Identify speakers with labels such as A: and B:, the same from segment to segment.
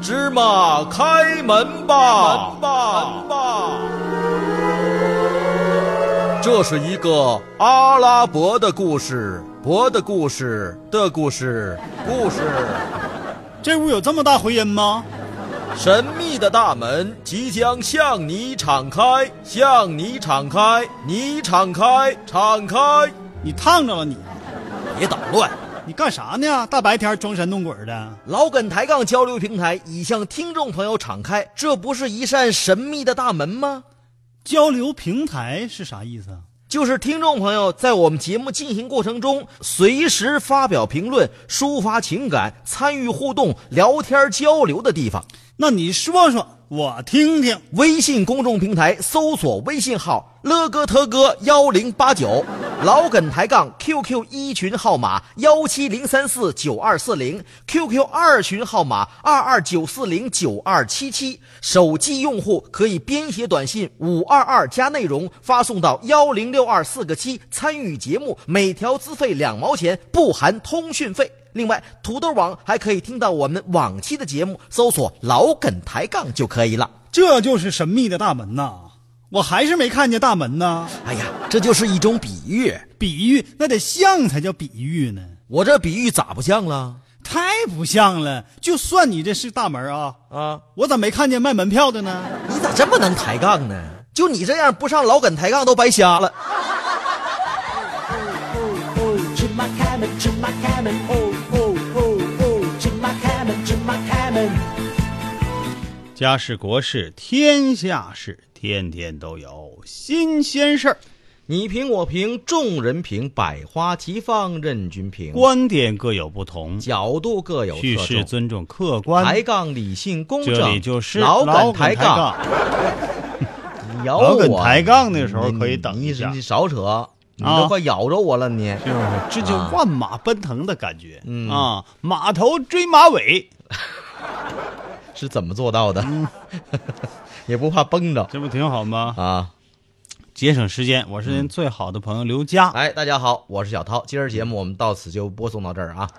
A: 芝麻开门吧！门吧门吧这是一个阿拉伯的故事，伯的故事的故事，故事。
B: 这屋有这么大回音吗？
A: 神秘的大门即将向你敞开，向你敞开，你敞开，敞开。
B: 你烫着了你，
A: 别捣乱！
B: 你干啥呢？大白天装神弄鬼的。
A: 老梗抬杠交流平台已向听众朋友敞开，这不是一扇神秘的大门吗？
B: 交流平台是啥意思啊？
A: 就是听众朋友在我们节目进行过程中，随时发表评论、抒发情感、参与互动、聊天交流的地方。
B: 那你说说，我听听。
A: 微信公众平台搜索微信号“乐哥特哥幺零八九”，老梗抬杠 QQ 一群号码幺七零三四九二四零，QQ 二群号码二二九四零九二七七。手机用户可以编写短信五二二加内容发送到幺零六二四个七，参与节目，每条资费两毛钱，不含通讯费。另外，土豆网还可以听到我们往期的节目，搜索“老梗抬杠”就可以了。
B: 这就是神秘的大门呐、我还是没看见大门呐。
A: 哎呀，这就是一种比喻，
B: 比喻那得像才叫比喻呢，
A: 我这比喻咋不像了
B: 太不像了。就算你这是大门啊，
A: 啊？
B: 我咋没看见卖门票的呢？
A: 你咋这么能抬杠呢？就你这样，不上老梗抬杠都白瞎了。
C: 芝麻开门，芝麻开门，哦哦哦哦，芝麻开门，芝麻开门。
B: 家事国事天下事，天天都有新鲜事儿。
A: 你评我评，众人评，百花齐放，任君评。
B: 观点各有不同，
A: 角度各有
B: 叙
A: 特
B: 事
A: 种。
B: 尊重客观。
A: 抬杠理性公正，
B: 这里就是
A: 老
B: 梗
A: 抬
B: 杠。。
A: 你咬
B: 老
A: 我，嗯
B: 梗抬杠的时候可以等一
A: 你
B: 下啊
A: 你你少扯，你都快咬着我了你。
D: 这就万马奔腾的感觉、
A: 啊嗯
D: 啊！马头追马尾，
A: 是怎么做到的？ 也不怕崩着
D: 这不挺好吗？
A: 啊！
D: 节省时间，我是您最好的朋友刘佳。
A: 嗯哎，大家好，我是小涛。今儿节目我们到此就播送到这儿啊！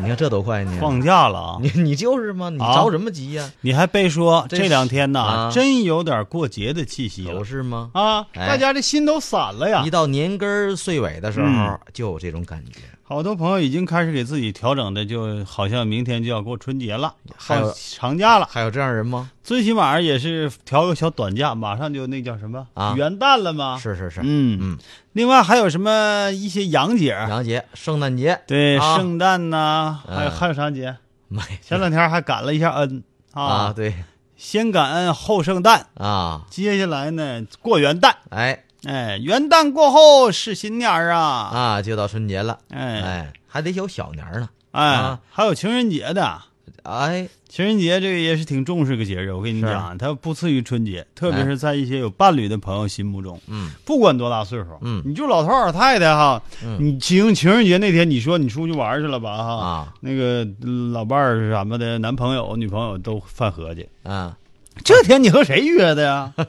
A: 你看这多快呢！
D: 放假了啊！
A: 你你就是吗？你
D: 啊
A: 着什么急呀、
D: 你还别说，
A: 这是
D: 这两天呐，
A: 啊
D: 真有点过节的气息
A: 有
D: 了
A: 是吗？
D: 啊！
A: 哎
D: 大家这心都散了呀
A: 一。到年根儿岁尾的时候，
D: 啊嗯
A: 就有这种感觉。
D: 好多朋友已经开始给自己调整的，就好像明天就要过春节了，
A: 还有
D: 放长假了，
A: 还有这样人吗？
D: 最起码也是调个小短假，马上就那叫什么、
A: 嗯啊
D: 元旦了吗？
A: 是是是，
D: 嗯
A: 嗯，
D: 另外还有什么一些洋节儿，
A: 杨杰，圣诞节，
D: 对，
A: 啊
D: 圣诞呐、
A: 嗯
D: 还有还有啥节？
A: 妈呀
D: 前两天还感了一下恩
A: 啊，对
D: 先感恩后圣诞，
A: 啊，
D: 接下来呢过元旦，
A: 哎
D: 哎，元旦过后是新年儿啊，
A: 啊，就到春节了，
D: 哎
A: 哎，还得有小年儿呢，
D: 哎、
A: 啊
D: 还有情人节的。
A: 哎，
D: 情人节这个也是挺重视个节日，我跟你讲，它不次于春节，特别
A: 哎
D: 是在一些有伴侣的朋友心目中，
A: 嗯，
D: 不管多大岁数，
A: 嗯
D: 你就老头老太太哈，你情情人节那天你说你出去玩去了吧哈，
A: 啊
D: 那个老伴儿什么的，男朋友女朋友都犯合计，
A: 啊
D: 这天你和谁约的呀？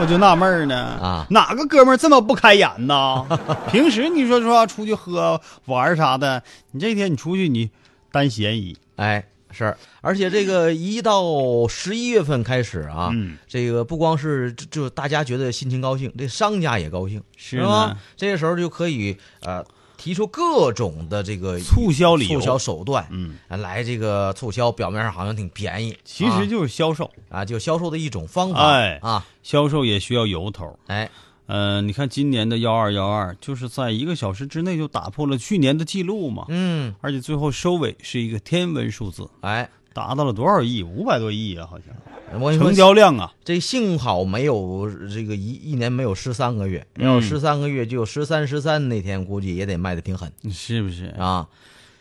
D: 我就纳闷儿呢，
A: 啊
D: 哪个哥们儿这么不开眼呢？ 平时你说说出去喝玩儿啥的，你这天你出去你担嫌疑，
A: 哎。是，而且这个一到十一月份开始啊，
D: 嗯
A: 这个不光是就就大家觉得心情高兴，这商家也高兴，
D: 是
A: 吧
D: 呢？
A: 这个时候就可以呃提出各种的这个
D: 促销理由
A: 促销手段，
D: 嗯，
A: 来这个促销，表面上好像挺便宜，
D: 其实就是销售。
A: 啊啊就销售的一种方法，
D: 哎
A: 啊，
D: 销售也需要由头。
A: 哎，
D: 呃，你看今年的幺二幺二，就是在一个小时之内就打破了去年的记录嘛，
A: 嗯，
D: 而且最后收尾是一个天文数字，
A: 哎，
D: 达到了多少亿？五百多亿啊，好像
A: 我跟
D: 成
A: 你说，
D: 交量啊，
A: 这幸好没有这个一一年没有十三个
D: 嗯
A: 月，要有十三个月就有十三十三那天估计也得卖的挺狠
D: 是不是？
A: 啊。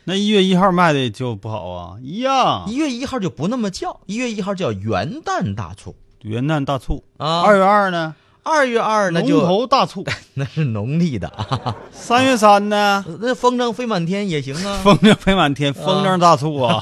D: 那一月一号卖的就不好啊，一样
A: 一月一号就不那么叫，一月一号叫元旦大促，
D: 元旦大促
A: 啊
D: 二月二呢，
A: 二月二呢
D: 龙
A: 就
D: 头大 促，
A: 那是农历的啊，
D: 三月三呢，
A: 那风筝飞满天也行啊。
D: 风筝飞满天，风筝大促啊，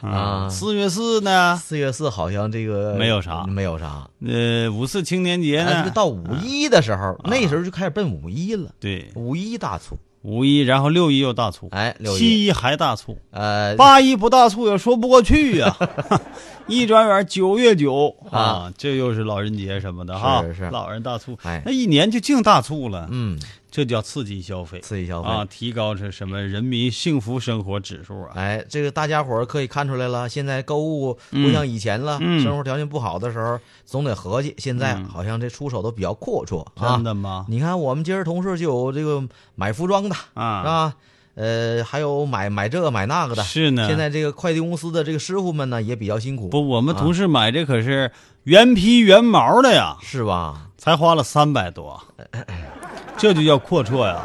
A: 啊
D: 四月四呢，
A: 四月四好像这个
D: 嗯没有啥
A: 没有啥。
D: 呃，五四青年节
A: 哎
D: 呢，
A: 到五一的时
D: 啊
A: 候，那时候就开始奔五一了。
D: 对，
A: 五一大促，
D: 五一，然后六一又大促，
A: 哎六一
D: 七一还大促，
A: 呃，
D: 八一不大促也说不过去呀、 一转眼九月九
A: 啊
D: 啊，这又是老人节什么的哈，
A: 是是
D: 老人大促，
A: 哎
D: 那一年就净大促了，
A: 嗯，
D: 这叫刺激消费，
A: 刺激消费
D: 啊，提高这什么人民幸福生活指数啊，
A: 哎，这个大家伙儿可以看出来了，现在购物不像以前了，
D: 嗯
A: 生活条件不好的时候总得合计。现在好像这出手都比较阔绰、啊，
D: 真的吗
A: 你看我们今儿同事就有这个买服装的
D: 啊
A: 是吧？呃，还有买买这个买那个的，
D: 是呢
A: 现在这个快递公司的这个师傅们呢也比较辛苦，
D: 不，我们同事买这可是原皮原毛的呀，
A: 是吧？
D: 才花了三百多，
A: 呃
D: 这就叫阔绰呀，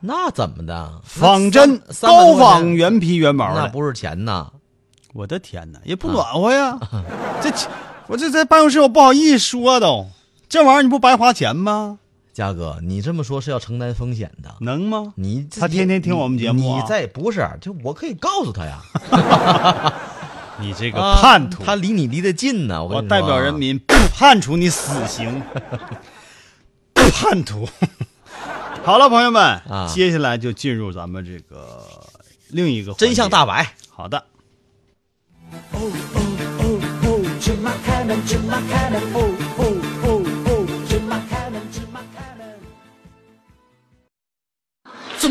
A: 那怎么的？
D: 仿真
A: 那三
D: 高
A: 三百多
D: 仿，
A: 块钱
D: 原皮原毛
A: 那
D: 的，
A: 不是钱呐。
D: 我的天哪，也不
A: 啊
D: 暖 和呀！这我这在办公室我不好意思说都，这玩意儿你不白花钱吗？
A: 嘉哥，你这么说是要承担风险的。
D: 能吗？
A: 你自己
D: 他天天听我们节目啊
A: 你在不是？就我可以告诉他呀，
D: 你这个
A: 啊
D: 叛徒！
A: 他离你啊离得近呢。
D: 我
A: 我
D: 代表人，民判处你死 刑，叛徒！好了，朋友们，
A: 啊
D: 接下来就进入咱们这个另一个环节
A: 真相大。白。
D: 好的，
E: Jemakamen, Jemakamen, oh, oh, oh, oh, Jemakamen, Jemakamen.
F: 准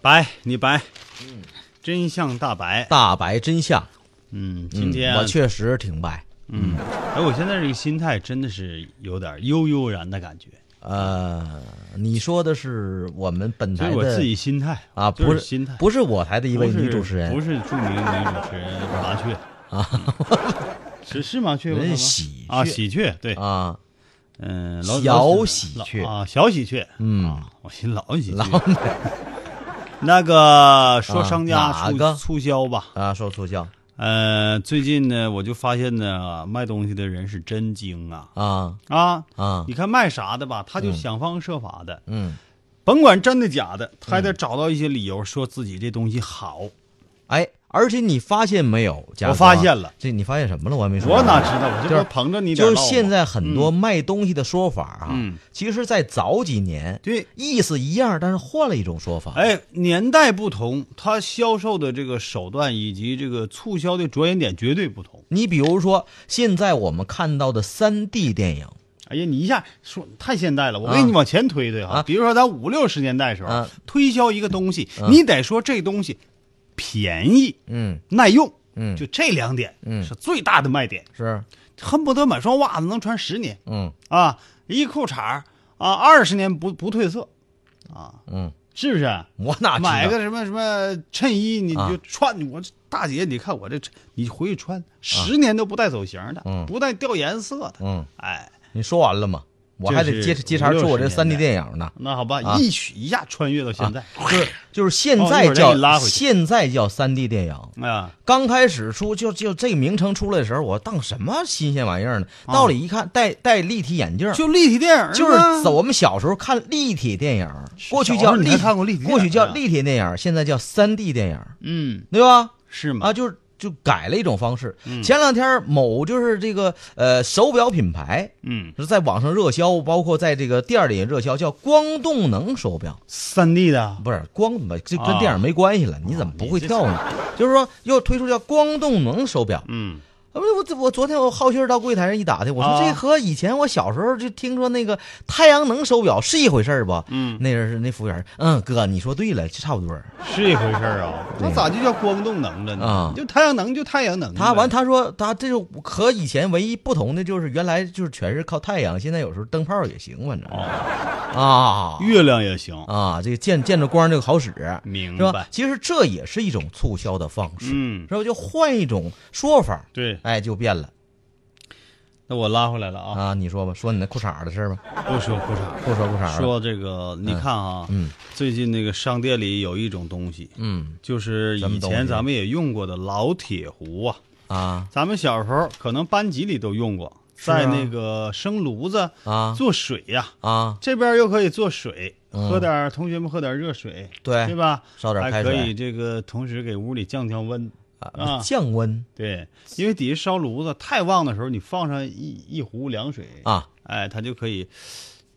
D: 白，你白，真相大白。
A: 嗯大白真相，
D: 嗯，
A: 嗯
D: 今天啊
A: 我确实挺白。
D: 哎，我现在这个心态真的是有点悠悠然的感觉，
A: 呃，你说的是我们本
D: 这
A: 台
D: 是我
A: 的
D: 自己心态
A: 啊，
D: 就
A: 不
D: 是心态，
A: 不是我台的一
D: 不
A: 位
D: 是
A: 女主持人，
D: 不是著名女主持人麻雀啊，是是麻雀吗？
A: 人家喜
D: 啊，
A: 鹊
D: 喜鹊对，
A: 啊，
D: 嗯，老
A: 小喜鹊
D: 老啊，小喜鹊，啊
A: 嗯，
D: 我寻老喜鹊。那个说
A: 啊
D: 商家
A: 哪个
D: 促促销吧，
A: 啊，说促销
D: 呃，最近呢，我就发现呢，卖东西的人是真精啊
A: 啊嗯
D: 啊！
A: 啊，
D: 你看卖啥的吧，他就想方设法的，
A: 嗯，
D: 甭管真的假的，他还得找到一些理由说自己这东西好。
A: 哎，而且你发现没有？嘉哥
D: 我发现了，
A: 这你发现什么了？我还没说呢，
D: 我哪知道？我
A: 就
D: 这
A: 是
D: 不捧着你点
A: 就是
D: 唠吗
A: 现在很多卖东西的说法啊，
D: 嗯
A: 其实，在早几年
D: 对，
A: 意思一样，但是换了一种说法。，
D: 哎，年代不同，它销售的这个手段以及这个促销的着眼点绝对不同。
A: 你比如说，现在我们看到的三 D 电影，
D: 哎呀，你一下说太现代了，我
A: 啊
D: 给你往前推推哈，
A: 啊
D: 比如说咱五六十年代的时候、
A: 啊
D: 推销一个东西，你得说这东西便宜、
A: 嗯，
D: 耐用，
A: 嗯
D: 就这两点，
A: 嗯
D: 是最大的卖点，
A: 是，
D: 恨不得买双袜子能穿十年。
A: 嗯
D: 啊，一裤衩儿啊，二十年不不褪色，啊
A: 嗯，
D: 是不是？
A: 我哪知道
D: 买个什么什么衬衣，你
A: 啊
D: 就穿。我这大姐，你看我这，你回去穿，十年都不带走形的，
A: 嗯
D: 不带掉颜色的。
A: 嗯，
D: 哎，
A: 你说完了吗？我还
D: 就
A: 得
D: 是
A: 接接茬说我这
D: 60
A: 三 D
D: 年代
A: 电 影呢。
D: 那好吧，
A: 啊
D: 一曲一下穿越到现在
A: 就是就是现
D: 哦一
A: 在
D: 会儿再
A: 叫、
D: 给你拉回去
A: 现在叫三 D 电影。
D: 啊，
A: 刚开始出就就这个名称出来的时候，我当什么新鲜玩意儿呢？
D: 哦
A: 到里一看，戴戴立体眼镜，
D: 就立体电影，
A: 就是走。我们小时候看立体电影，过去叫
D: 小时候你
A: 立
D: 还看过立体电影啊
A: 过去叫立体电影，现在叫三 D 电影，
D: 嗯，
A: 对吧？
D: 是吗？嗯
A: 啊，就是就改了一种方式。前两天某就是这个呃手表品牌
D: 嗯，
A: 是在网上热销，包括在这个店里也热销，叫光动能手表。
D: 三 D 的，
A: 不是光吧，这
D: 啊
A: 跟电影没关系了，你怎么不会跳呢？就是说要推出叫光动能手表。
D: 嗯，
A: 啊不是我我昨天我好心儿到柜台上一打听，我说
D: 啊
A: 这和以前我小时候就听说那个太阳能手表是一回事儿不？
D: 嗯
A: 那人是那服务员儿，嗯哥你说对了，就差不多儿。
D: 是一回事儿啊。那咋就叫光动能了呢？
A: 啊
D: 就太阳能就太阳能呗。
A: 他完他说他这就和以前唯一不同的就是原来就是全是靠太阳，现在有时候灯泡也行，反正啊
D: 月亮也行。
A: 啊这个见见着光就好使，
D: 哦明
A: 是吧
D: 白？
A: 其实这也是一种促销的方式。
D: 嗯，
A: 是吧？就换一种说法，
D: 对。
A: 哎，就变了
D: 那我拉回来了啊，
A: 啊！你说吧，说你那裤衩儿的事儿吧，
D: 不说裤衩。
A: 啊不说裤衩儿了，
D: 说这个，你看啊，
A: 嗯
D: 最近那个商店里有一种东西，
A: 嗯
D: 就是
A: 什
D: 以
A: 么东西
D: 前咱们也用过的老铁壶啊，
A: 啊
D: 咱们小时候可能班级里都用过，在
A: 啊
D: 那个生炉子
A: 啊
D: 做水呀、
A: 啊，
D: 这边又可以做水，
A: 嗯
D: 喝点儿同学们喝点儿热水，
A: 对
D: 对吧？
A: 烧点儿
D: 还
A: 开
D: 可
A: 水
D: 以这个同时给屋里降降温
A: 啊降温
D: 对，因为底下烧炉子太旺的时候，你放上一一壶凉水，
A: 啊，
D: 哎，它就可以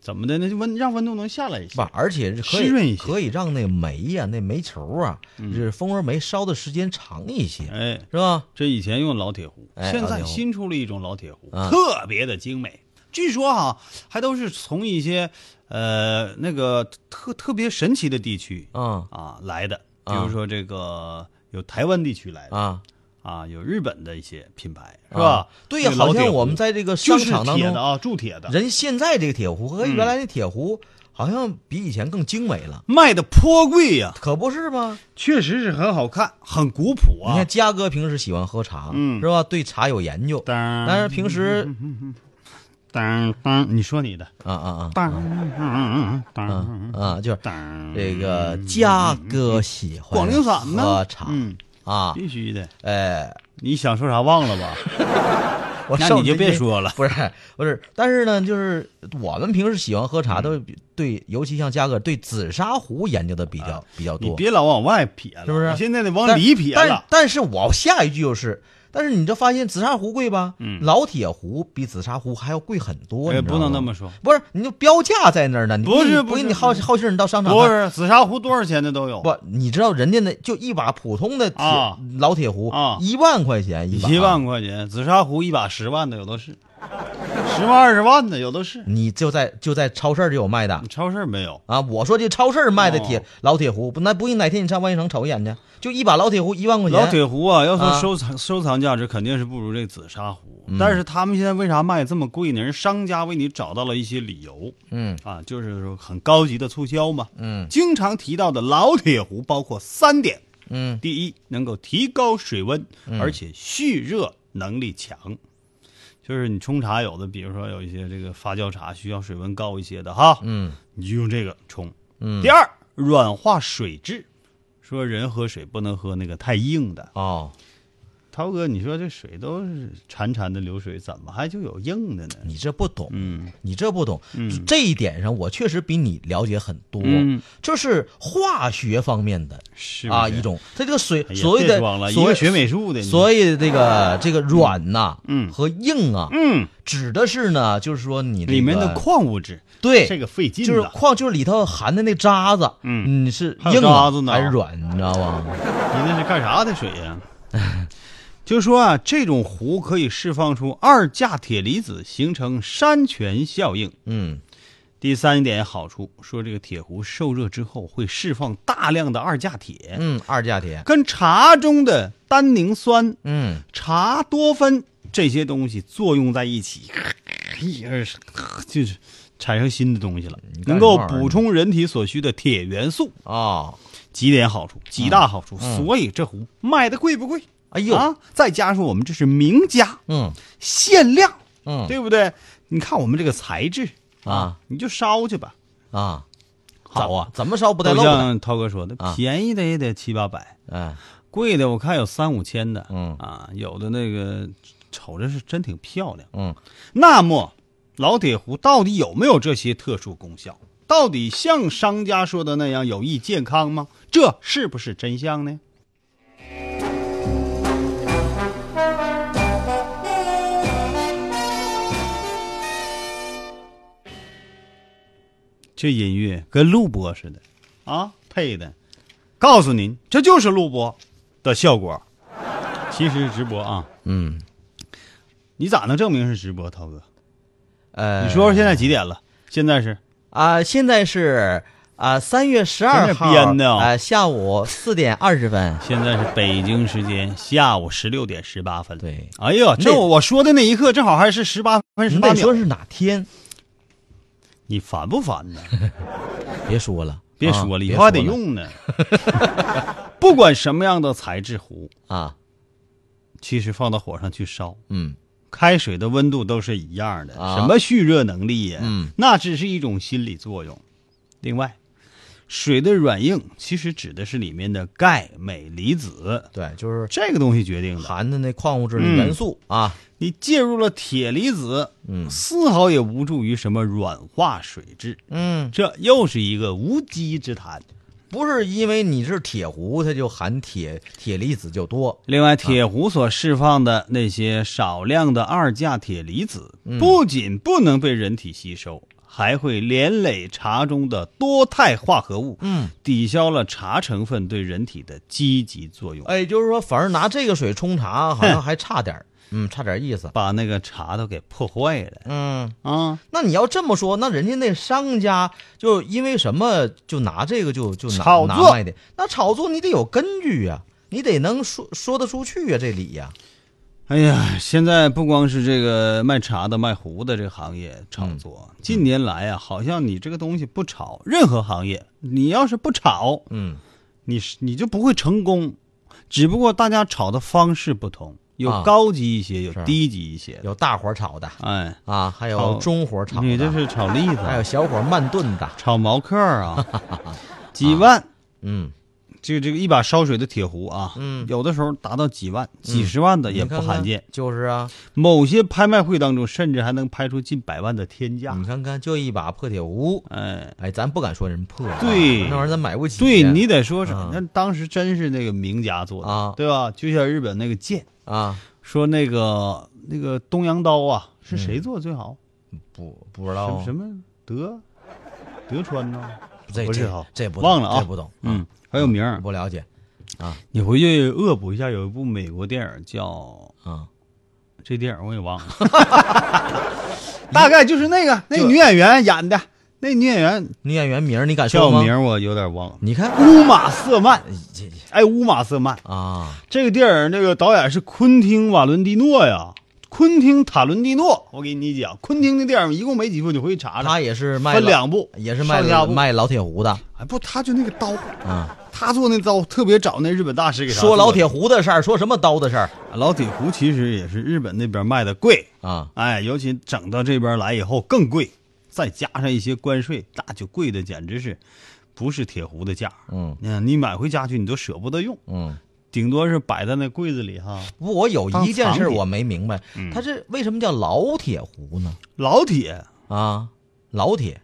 D: 怎么的呢？就温让温度能下来一
A: 不
D: 些，，
A: 而且是可
D: 湿润一
A: 以
D: 些嗯
A: 可以让那个煤呀、那煤球啊，就是蜂窝煤烧的时间长一些，
D: 哎。
A: 是吧？
D: 这以前用老铁壶，
A: 哎
D: 现
A: 老
D: 在
A: 铁壶
D: 新出了一种老铁壶，
A: 啊
D: 特别的精美。据说哈、还都是从一些呃那个特特别神奇的地区
A: 啊
D: 啊来的，比
A: 啊
D: 如说这个有台湾地区来的
A: 啊，
D: 啊，有日本的一些品牌是
A: 啊
D: 吧？
A: 对呀
D: 那，个
A: 好
D: 老铁
A: 像我
D: 壶
A: 们在这个商
D: 就是
A: 场当
D: 铁的嗯
A: 中，
D: 啊，铸铁的，
A: 人现在这个铁壶和原来那铁壶好像比以前更精美了，
D: 卖的颇贵呀、
A: 可不是吗？
D: 确实是很好看，很古朴
A: 你
D: 啊
A: 看。嘉哥平时喜欢喝茶，
D: 嗯
A: 是吧？对茶有研究，
D: 当
A: 但是平时
D: 嗯当当，你说你的
A: 啊啊啊
D: 当当当
A: 啊啊，就是
D: 当，
A: 这个嘉哥喜欢
D: 嗯广陵散呢
A: 喝茶
D: 嗯，
A: 啊，
D: 必须的。
A: 呃，
D: 你想说啥忘了吧？
A: 我
D: 那
A: 上
D: 你就
A: 次
D: 别
A: 因为
D: 说了
A: 不是不是，但是呢，就是我们平时喜欢喝茶，都对，尤其像嘉哥对紫砂壶研究的比较比较
D: 啊你
A: 多，
D: 别老往外撇了，
A: 是不是
D: 你现在得往
A: 但
D: 里撇
A: 但
D: 了。
A: 但是我下一句就是。但是你就发现紫砂壶贵吧？嗯，老铁壶比紫砂壶还要贵很多，
D: 哎
A: 你知道
D: 不能
A: 吗
D: 那么说
A: 不是，你就标价在那儿呢，你
D: 不是
A: 你
D: 不
A: 不给
D: 是
A: 你好好心儿，你到商场
D: 不
A: 看
D: 是紫砂壶多少钱的都有，
A: 不，你知道人家那就一把普通的铁、
D: 啊
A: 老铁壶
D: 啊
A: 一万块钱一把，
D: 一万块钱紫砂壶一把十万的有的是，十万二十万的有的是。
A: 你就在就在超市儿就有卖的
D: 你超市没有？
A: 啊！我说这超市儿卖的铁、
D: 嗯哦
A: 老铁壶，不那不信哪天你上万象城瞅一眼去，就一把老铁壶一万块钱。
D: 老铁壶啊，要说
A: 啊嗯
D: 收藏、收藏价值，肯定是不如这紫砂壶。但是他们现在为啥卖这么贵呢？人商家为你找到了一些理由
A: 嗯
D: 啊，就是说很高级的促销嘛。
A: 嗯
D: 经常提到的老铁壶包括三点：
A: 嗯
D: 第一，能够提高水温，而且蓄热能力强。就是你冲茶，有的比如说有一些这个发酵茶需要水温高一些的哈，
A: 嗯
D: 你就用这个冲。
A: 嗯
D: 第二，软化水质。说人喝水不能喝那个太硬的，
A: 哦，
D: 涛哥，你说这水都是潺潺的流水，怎么还就有硬的呢？
A: 你这不懂，
D: 嗯
A: 你这不懂，就这一点上我确实比你了解很多，
D: 嗯
A: 这是化学方面的
D: 是不是
A: 啊一种，它这个水
D: 哎呀
A: 所谓
D: 别
A: 的
D: 装了，一
A: 所谓
D: 个学美术的，
A: 所以这个这个软呐、
D: 嗯
A: 和硬啊，
D: 嗯，
A: 指的是呢，就是说你、这个、
D: 里面的矿物质，
A: 对
D: 这个费劲
A: 就是
D: 的
A: 矿，就是里头含的那渣子，
D: 嗯
A: 你是
D: 还有
A: 硬
D: 渣子
A: 啊
D: 呢
A: 还是软，你知道吗？
D: 你那是干啥的水呀、 就说啊，这种壶可以释放出二价铁离子，形成山泉效应。
A: 嗯
D: 第三点好处，说这个铁壶受热之后会释放大量的二价铁，
A: 嗯，二价铁，
D: 跟茶中的单宁酸、
A: 嗯
D: 茶多酚这些东西作用在一起， 一二十就是产生新的东西了，
A: 嗯干
D: 能
A: 什
D: 够
A: 么玩意儿
D: 补充人体所需的铁元素。
A: 哦，
D: 几点好处，几大好处。
A: 嗯
D: 所以这壶卖的贵不贵？
A: 哎呦
D: 啊！再加上我们这是名家
A: 嗯
D: 限量，
A: 嗯
D: 对不对？你看我们这个材质
A: 啊，
D: 你就烧去吧，
A: 啊，
D: 好啊。
A: 怎么烧不带
D: 就
A: 漏的？
D: 像涛哥说的，
A: 啊
D: 便宜的也得七八百，
A: 哎，
D: 贵的我看有三五千的，
A: 嗯
D: 啊，有的那个瞅着是真挺漂亮。
A: 嗯
D: 那么，老铁壶到底有没有这些特殊功效？到底像商家说的那样有益健康吗？这是不是真相呢？这音乐跟录播似的，啊，配的，告诉您，这就是录播的效 果。其实是直播啊，
A: 嗯，
D: 你咋能证明是直播，涛哥？
A: 呃，
D: 你说说现在几点了？现在是
A: 啊、现在是啊三月十
D: 在
A: 二
D: 那
A: 号
D: 编的啊
A: 呃下午四点二十分，
D: 现在是北京时间下午十六点十八分。
A: 对
D: 哎呀，
A: 那
D: 这我我说的那一刻正好还是十八分十
A: 你
D: 八
A: 得
D: 秒
A: 说。是哪天？
D: 你烦不烦呢？
A: 别说了，
D: 别
A: 啊
D: 说了，以
A: 别
D: 后还得
A: 了
D: 用 呢。不管什么样的材质壶，
A: 啊，
D: 其实放到火上去烧，
A: 嗯，
D: 开水的温度都是一样的，
A: 啊
D: 什么蓄热能力呀、
A: 嗯
D: 那只是一种心理作用。另外，水的软硬其实指的是里面的钙、镁离子，
A: 对，就是
D: 这个东西决定的。
A: 含的那矿物质的
D: 嗯
A: 元素、啊，
D: 你介入了铁离子，
A: 嗯
D: 丝毫也无助于什么软化水质，
A: 嗯，
D: 这又是一个无稽之谈。
A: 不是因为你是铁壶，它就含铁铁离子就多，
D: 另外，铁壶所释放的那些少量的二价铁离子，
A: 嗯
D: 不仅不能被人体吸收，还会连累茶中的多肽化合物，
A: 嗯，
D: 抵消了茶成分对人体的积极作用，
A: 哎，就是说，反正拿这个水冲茶好像还差点儿，嗯，差点意思，
D: 把那个茶都给破坏了
A: 嗯。
D: 啊！
A: 那你要这么说，那人家那商家就因为什么就拿这个就就拿
D: 炒
A: 拿
D: 作
A: 卖的？那炒作你得有根据呀、你得能说说得出去呀、这理呀、
D: 哎呀，现在不光是这个卖茶的、卖壶的这个行业炒
A: 嗯
D: 作，近年来啊，好像你这个东西不炒，任何行业你要是不炒，
A: 嗯，
D: 你是你就不会成功，只不过大家炒的方式不同，有
A: 啊
D: 高级一些，有
A: 是
D: 低级一些的。
A: 有大火炒的
D: 哎，
A: 啊，还
D: 炒
A: 有中火炒
D: 你这
A: 的，
D: 是炒栗
A: 还有
D: 子，啊
A: 小火慢炖的。
D: 炒 毛克儿啊，几万，
A: 嗯，
D: 这个这个一把烧水的铁壶啊，
A: 嗯
D: 有的时候达到几万、几十万的也
A: 你
D: 不
A: 看看
D: 罕见，。
A: 就是啊，
D: 某些拍卖会当中，甚至还能拍出近百万的天价
A: 你。看看，就一把破铁壶，
D: 哎，
A: 哎，咱不敢说人破啊，
D: 对
A: 那玩意儿咱买不起。
D: 对你得说是
A: 嗯，
D: 那当时真是那个名家做的
A: 啊，
D: 对吧？就像日本那个剑，
A: 啊，
D: 说那个那个东洋刀啊，是谁做的最好？
A: 不不知
D: 什
A: 道
D: 么什么德德川呢？
A: 这
D: 不是
A: 这
D: 好
A: 这不懂
D: 忘了啊，
A: 这不懂，
D: 嗯，很有名儿。
A: 不了解
D: 你回去恶补一下，有一部美国电影叫
A: 啊。
D: 这电影我也忘 了，大概就是那个那女演员演的，那女演员
A: 女演员名儿你敢
D: 叫
A: 说吗？
D: 名儿嗯我有点忘了，
A: 你看，
D: 乌玛瑟曼。
A: 哎这这
D: 哎，乌玛瑟曼
A: 啊，
D: 这个电影，这个导演是昆汀·瓦伦蒂诺呀，昆汀·塔伦蒂诺。我给你讲，昆汀的电影一共没几部，你回去查查
A: 他。也是卖
D: 分
A: 老
D: 两部，
A: 也是卖
D: 上下部。
A: 卖老铁壶的
D: 哎，不，他就那个刀，
A: 啊。
D: 他做那刀特别找那日本大师给他
A: 说老
D: 做的
A: 铁壶的事儿，说什么刀的事儿
D: 老铁壶其实也是日本那边卖的贵，
A: 啊？
D: 哎，尤其整到这边来以后更贵，再加上一些关税，那就贵的简直是不是铁壶的价。
A: 嗯
D: 你看你买回家去你都舍不得用，
A: 嗯，
D: 顶多是摆在那柜子里哈。
A: 不，我有一件事
D: 当藏品
A: 我没明白，
D: 嗯
A: 他这为什么叫老铁壶呢？
D: 老铁，
A: 啊，老铁，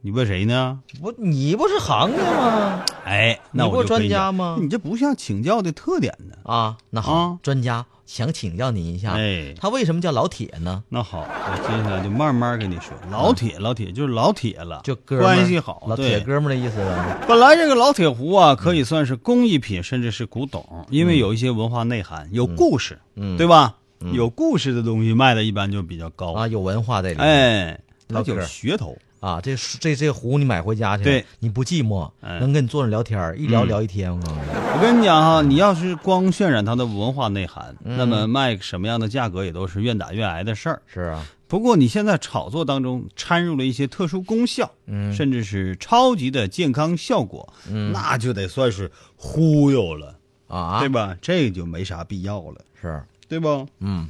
D: 你问谁呢？
A: 不，你不是行家吗？
D: 哎，那
A: 你不
D: 我
A: 是
D: 就可
A: 专
D: 以
A: 家
D: 讲
A: 吗
D: 你这不像请教的特点呢。
A: 啊，那好，
D: 啊
A: 专家想请教您一下，
D: 哎
A: 他为什么叫老铁呢？
D: 那好，我接下来就慢慢跟你说，老铁，老铁就是老铁了，
A: 啊就哥们儿
D: 关系好，
A: 老
D: 对
A: 铁哥们儿的意思呗。
D: 本来这个老铁壶啊，可以算是工艺
A: 嗯
D: 品，甚至是古董，因为有一些文化内涵，有故事，
A: 嗯
D: 对吧？有故事的东西卖的一般就比较高，
A: 啊，有文化在里面。
D: 哎，它
A: 唠嗑
D: 有噱头。
A: 啊，这书这这壶你买回家去，
D: 对
A: 你不寂寞，
D: 哎嗯
A: 能跟你坐着聊天儿，一聊聊一天。我告诉你，
D: 我跟你讲哈，你要是光渲染它的文化内涵，
A: 嗯
D: 那么卖什么样的价格也都是愿打愿挨的事儿。
A: 是啊，
D: 不过你现在炒作当中掺入了一些特殊功效，
A: 嗯
D: 甚至是超级的健康效果，那就得算是忽悠了，
A: 啊，
D: 对吧？这就没啥必要了，
A: 是，
D: 对不？
A: 嗯，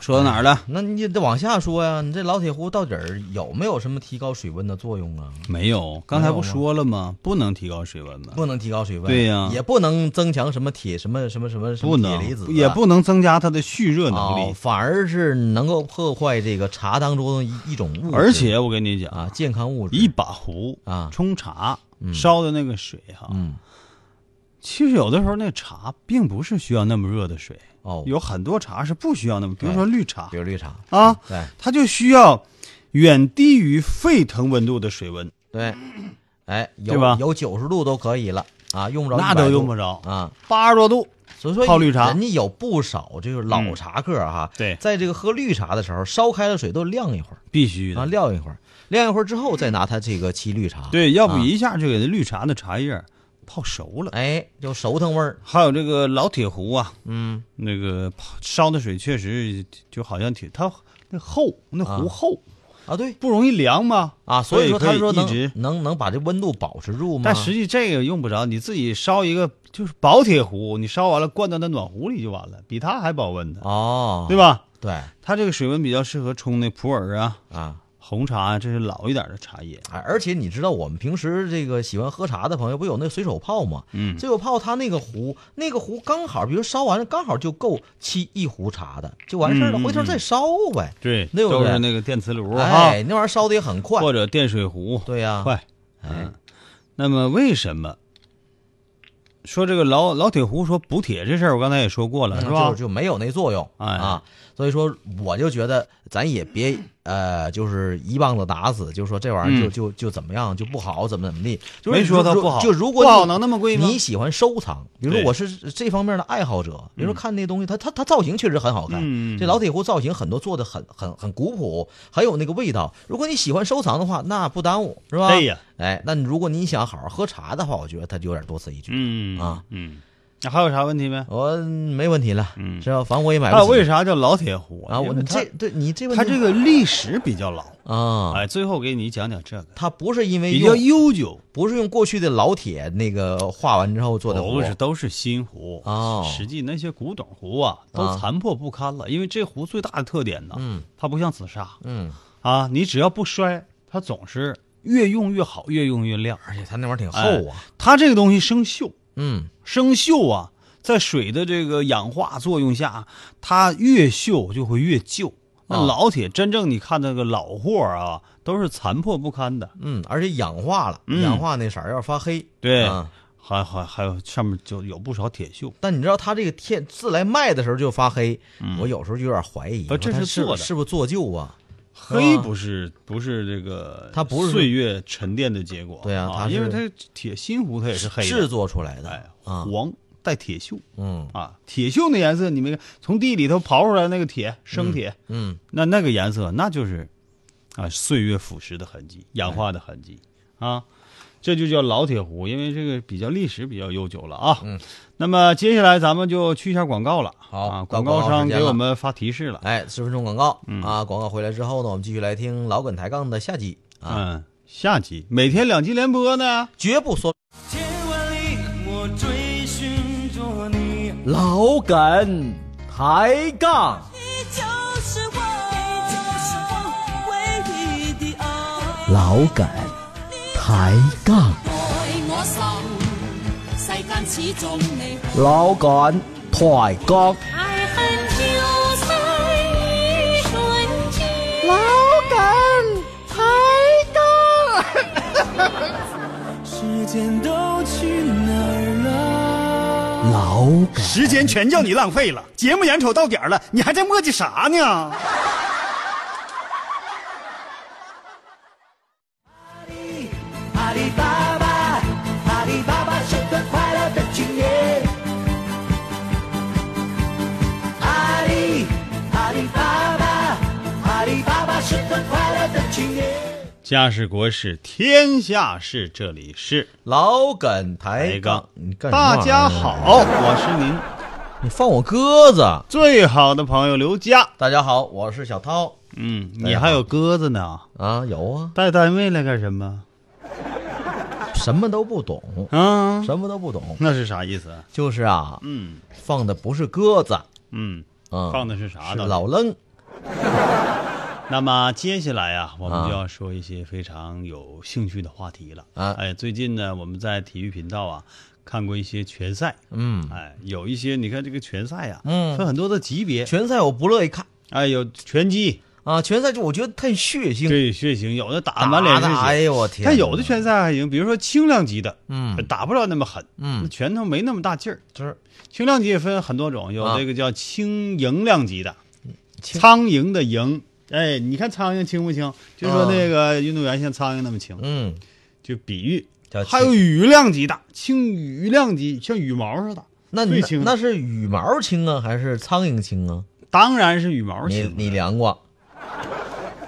D: 说到哪儿了？
A: 那你得往下说呀，你这老铁壶到底儿有没有什么提高水温的作用啊？
D: 没有，刚才不说了
A: 啊
D: 吗？不能提高水温吗？
A: 不能提高水温，
D: 对呀
A: 也不能增强什么铁什么什么什么什么
D: 不能
A: 铁离子啊，，
D: 也不能增加它的蓄热能
A: 哦
D: 力。
A: 反而是能够破坏这个茶当中的一一种物质，
D: 而且我跟你讲，
A: 啊，健康物质
D: 一把壶
A: 啊
D: 冲茶烧的那个水哈，
A: 嗯
D: 其实有的时候那茶并不是需要那么热的水，
A: 哦，哎
D: 有很多茶是不需要那么，比如说绿茶
A: 比如绿茶哎
D: 啊，
A: 对，
D: 它就需要远低于沸腾温度的水温，
A: 对，哎，有
D: 对吧
A: 有九十度都可以了啊，用不着100
D: 那都
A: 度
D: 用不着
A: 啊。
D: 八十多度。
A: 所以说
D: 泡绿茶嗯
A: 人家有不少就是老茶客哈，
D: 对
A: 在这个喝绿茶的时候，烧开了水都晾一会儿
D: 必须
A: 啊，
D: 的，
A: 晾一会儿，晾一会儿之后再拿它这个沏绿茶，
D: 对，要不
A: 啊
D: 一下就给这绿茶的茶叶儿泡熟了。
A: 哎，就熟腾味儿，
D: 还有这个老铁壶啊，
A: 嗯，
D: 那个泡烧的水确实就好像挺它那厚，那壶
A: 啊
D: 厚、
A: 啊，对
D: 不容易凉嘛
A: 啊，所以说
D: 可
A: 他说
D: 以一
A: 能嗯
D: 直。
A: 能能把这温度保持住吗？
D: 但实际这个用不着，你自己烧一个就是薄铁壶，你烧完了灌到那暖壶里就完了，比它还保温呢，
A: 哦，
D: 对吧？
A: 对
D: 它这个水温比较适合冲那普洱啊、
A: 啊。
D: 红茶啊，这是老一点的茶叶。
A: 哎，而且你知道我们平时这个喜欢喝茶的朋友，不有那随手泡吗？
D: 嗯
A: 随手泡它那个壶，那个壶刚好，比如烧完了，刚好就够沏一壶茶的，就完事儿了，
D: 嗯嗯
A: 回头再烧呗。
D: 对
A: 对不
D: 都
A: 对
D: 是那个电磁炉哈，
A: 哎，那玩意儿烧的也很快。
D: 或者电水壶，
A: 对呀、
D: 快。嗯
A: 哎，
D: 那么为什么说这个老老铁壶说补铁这事儿？我刚才也说过
A: 嗯
D: 了，是吧
A: 就？就没有那作用、
D: 哎
A: 啊。所以说，我就觉得咱也别呃，就是一棒子打死，就说这玩意儿就、
D: 嗯
A: 就就怎么样就不好，怎么怎么地。就是
D: 没说它
A: 如
D: 不好
A: 就如果
D: 不好
A: 你
D: 能那么贵吗
A: 你喜欢收藏，比如说
D: 对
A: 我是这方面的爱好者，比如说看那东西，它它它造型确实很好看。
D: 嗯
A: 这老铁壶造型很多做的很很很古朴，很有那个味道。如果你喜欢收藏的话，那不耽误是吧？
D: 对呀，
A: 哎，那你如果你想好好喝茶的话，我觉得它就有点多此一举。
D: 嗯
A: 啊，
D: 嗯，那还有啥问题没？
A: 我没问题了，
D: 嗯
A: 是吧？反正我也买
D: 还有
A: 不起。
D: 为啥叫老铁壶
A: 啊，我
D: 因为
A: 你
D: 它
A: 这对你这问
D: 它
A: 题，
D: 这个历史比较老。
A: 啊，
D: 哎，最后给你讲讲这个，
A: 它不是因为
D: 比较
A: 用
D: 悠久，
A: 不是用过去的老铁那个画完之后做的
D: 都
A: 壶
D: 哦是都是新壶
A: 哦
D: 实际那些古董壶啊，
A: 啊
D: 都残破不堪了。因为这壶最大的特点呢，
A: 嗯，
D: 它不像紫砂
A: 嗯，
D: 啊，你只要不摔，它总是越用越好，越用越亮。
A: 而且它那玩意儿挺厚
D: 哎
A: 啊，
D: 它这个东西生锈，
A: 嗯，
D: 生锈啊，在水的这个氧化作用下，它越锈就会越旧。那
A: 啊
D: 老铁，真正你看那个老货啊，都是残破不堪的。
A: 嗯，而且氧化了，
D: 嗯
A: 氧化那色儿要发黑，
D: 对
A: 啊
D: 还还还有上面就有不少铁锈，
A: 但你知道它这个天自来卖的时候就发黑，我有时候就有点怀疑，
D: 嗯不
A: 我说
D: 这
A: 它
D: 是
A: 是
D: 做的
A: 是不是做旧啊？
D: 黑
A: 啊
D: 不是不是这个，
A: 它不是
D: 岁月沉淀的结果。
A: 对啊它是
D: 因为它铁新壶它也是黑的，
A: 制作出来的
D: 哎
A: 啊，
D: 黄带铁锈
A: 嗯
D: 啊，铁锈那颜色你没看，从地里头刨出来那个铁生铁，
A: 嗯，
D: 那那个颜色，那就是啊岁月腐蚀的痕迹、氧化的痕迹啊，这就叫老铁壶，因为这个比较历史比较悠久了啊。嗯，那么接下来咱们就去一下广告了。
A: 好
D: 啊，
A: 到广
D: 广
A: 告
D: 告商
A: 时间
D: 给
A: 了
D: 我们发提示了。
A: 哎，十分钟广告
D: 嗯
A: 啊，广告回来之后呢，我们继续来听老梗抬杠的下集啊，
D: 嗯，下集每天两集连播呢。
A: 绝不说。
C: 夜晚里，我追寻着你。
G: 老梗抬杠。
H: 你就是我，你就是我唯一的爱。
G: 老梗抬杠，
H: 愛我心，世間始終你。
G: 老梗抬杠，
H: 愛恨就在一瞬間。
C: 时间都去哪儿了？
G: 老梗
I: 时间全叫你浪费了，节目眼瞅到点儿了，你还在磨叽啥呢？
C: 阿里巴巴，阿里巴巴是个快乐的青年。阿里，阿里巴巴，阿里巴巴是个快乐的青年。
D: 家事国事天下事，这里是
A: 老梗抬
D: 抬杠
A: 你。干什么玩意
D: 大
A: 儿
D: 家好，，我是您
A: 你放我鸽子。
D: 最好的朋友刘佳。
A: 大家好，我是小涛
D: 嗯，
A: 大
D: 你
A: 家好
D: 还有鸽子呢，
A: 啊，有啊，
D: 带单位来干什么？
A: 什么都不懂，
D: 啊，
A: 什么都不懂，
D: 那是啥意思啊？
A: 就是啊，
D: 嗯
A: 放的不是鸽子，
D: 嗯。
A: 嗯，
D: 放的是啥
A: 是
D: 呢？
A: 老愣，
D: 那么接下来啊，我们就要说一些非常有兴趣的话题了。
A: 啊
D: 哎，最近呢，我们在体育频道啊看过一些拳赛，
A: 嗯，
D: 哎，有一些你看这个拳赛呀、
A: 嗯
D: 分很多的级别，
A: 拳赛我不乐意看
D: 哎，有拳击，
A: 啊，拳赛就我觉得太血腥，
D: 对血腥，有的打
A: 打
D: 满脸是
A: 的哎
D: 血。
A: 呦我天，
D: 但有的拳赛还行，比如说轻量级的，
A: 嗯
D: 打不了那么狠，
A: 嗯
D: 那拳头没那么大劲儿。
A: 就是
D: 轻量级也分很多种，有
A: 啊
D: 这个叫轻盈量级的，
A: 轻
D: 苍蝇的蝇，哎，你看苍蝇轻不轻？就说那个运动员像苍蝇那么轻，
A: 嗯，
D: 就比喻
A: 叫。
D: 还有羽量级大，轻羽量级像羽毛似的，
A: 那你
D: 最轻的
A: 那是羽毛轻啊，还是苍蝇轻啊？
D: 当然是羽毛
A: 你
D: 轻啊了。
A: 你量过？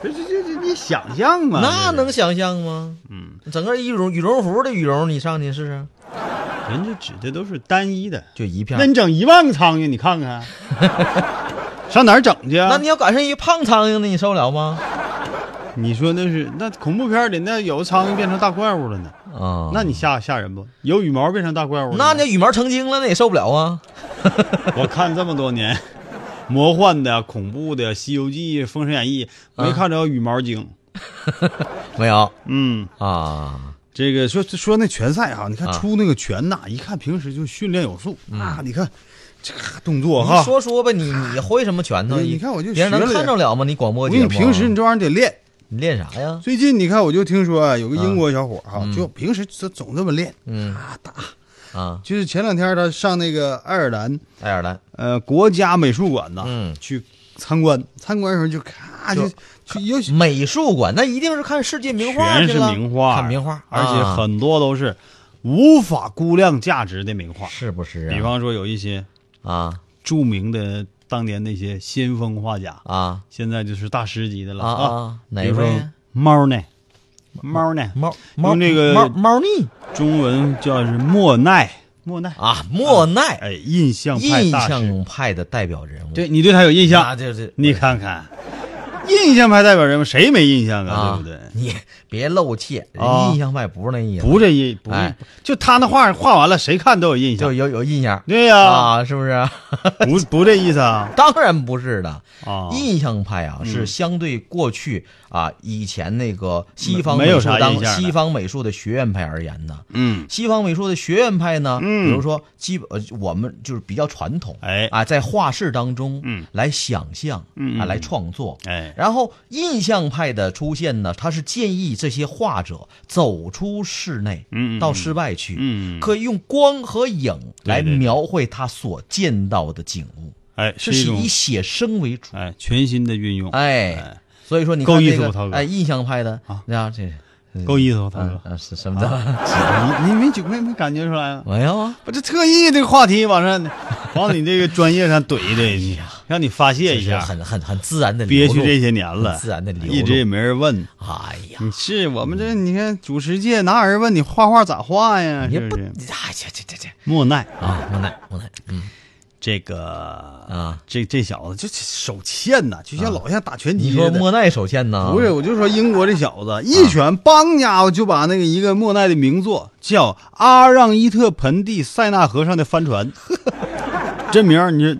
D: 这这这这，你想象嘛？
A: 那
D: 这
A: 能想象吗？
D: 嗯，
A: 整个羽绒羽绒服的羽绒，你上去试试，
D: 是人家指的都是单一的。
A: 就一片
D: 那。你整一万个苍蝇，你看看， 上哪儿整去啊？
A: 那你要赶上一胖苍蝇呢，你受得了吗？
D: 你说那是那恐怖片里那有的苍蝇变成大怪物了呢？
A: 啊，
D: 那你吓吓人不？有羽毛变成大怪物了呢？
A: 那那羽毛成精了，那也受不了啊。
D: 我看这么多年，魔幻的、恐怖的，《西游记》《封神演义》，
A: 嗯
D: 没看着羽毛精。
A: 没有
D: 嗯，
A: 啊，
D: 这个说说那拳赛哈，你看
A: 啊
D: 出那个拳呐，一看平时就训练有素，那你看这个动作
A: 嗯你
D: 哈，
A: 说说吧，你你会什么拳头？
D: 你你看我就
A: 别人
D: 学
A: 能
D: 了
A: 看着了吗？你广播
D: 我
A: 节
D: 跟
A: 目
D: 你
A: 啊
D: 平时你这玩意儿得练。
A: 你练啥呀？
D: 最近你看，我就听说啊，有个英国小伙哈，就平时就总这么练，
A: 嗯
D: 啊打，
A: 啊，
D: 就是前两天他上那个爱尔兰
A: 爱尔兰，
D: 呃国家美术馆呐，
A: 嗯
D: 去参观，参观的时候就咔就去尤其
A: 美术馆那一定是看世界名画
D: 全
A: 去
D: 是
A: 了，
D: 名画，
A: 看名画，
D: 而且
A: 啊
D: 很多都是无法估量价值的名画，
A: 是不是啊？
D: 比方说有一些
A: 啊
D: 著名的当年那些先锋画家，
A: 啊
D: 现在就是大师级的了
A: 啊啊哪
D: 比如
A: 位
D: 说
A: 啊
D: 猫呢？猫呢？
A: 猫猫
D: 用这个
A: 猫猫腻
D: 中文叫是莫奈，莫奈，
A: 啊，莫奈，
D: 哎，印象派
A: 印
D: 大师，
A: 象派的代表人物，
D: 对你对他有印
A: 那
D: 象，
A: 就是
D: 你看看，印象派代表人物谁没印象啊？
A: 啊，
D: 对不对？
A: 你别露怯，人
D: 啊
A: 家印象派不是那意思，
D: 不这印不
A: 哎
D: 就他那画画完了，谁看都有印
A: 就
D: 象。
A: 有有印象
D: 对呀，
A: 啊，是不 是？
D: 不不这意思啊
A: 当然不是的，
D: 啊，
A: 印象派啊是相对过去啊以前那个西方
D: 没有
A: 美术
D: 啥
A: 当
D: 印象的
A: 西方美术的学院派而言呢，
D: 嗯，
A: 西方美术的学院派呢，
D: 嗯
A: 比如说基本呃我们就是比较传统，
D: 哎
A: 啊，在画室当中，
D: 嗯
A: 来想象，
D: 嗯
A: 啊，
D: 嗯
A: 来创作，
D: 哎
A: 然后印象派的出现呢，它是建议这些画者走出室内，
D: 嗯嗯
A: 到室外去，
D: 嗯嗯
A: 可以用光和影来
D: 对对对
A: 描绘他所见到的景物，
D: 哎，
A: 这
D: 是一
A: 是
D: 种
A: 以写生为主，
D: 哎全新的运用，
A: 哎
D: 哎，
A: 所以说你
D: 够
A: 看
D: 意
A: 这
D: 思不
A: 个
D: 涛，哥
A: 哎，印象派的
D: 啊，
A: 那这，
D: 够意思吧，啊
A: 嗯
D: 涛
A: 嗯，是什么的？
D: 哥？你你没觉没没感觉出来吗？
A: 没有啊。
D: 我这特意这个话题往上，往你这个专业上怼一怼，你让你发泄
A: 这
D: 一
A: 是
D: 下。
A: 很很很自然的
D: 憋屈这些年了，
A: 自然的流露嗯
D: 一直也没人问。
A: 哎呀，
D: 你是我们这你看主持界哪有人问你画画咋画呀？
A: 你
D: 是
A: 不，
D: 不是？
A: 哎呀，这这这
D: 莫奈
A: 啊，无奈无奈，嗯
D: 这个
A: 啊，
D: 这这小子就手欠呐，就像老像打拳
A: 你
D: 击
A: 说
D: 似的。
A: 莫啊奈手欠呢？
D: 不是，，我就说英国这小子一拳，梆家伙就把那个一个莫奈的名作叫《阿让伊特盆地塞纳河上的帆船》， 这名儿你这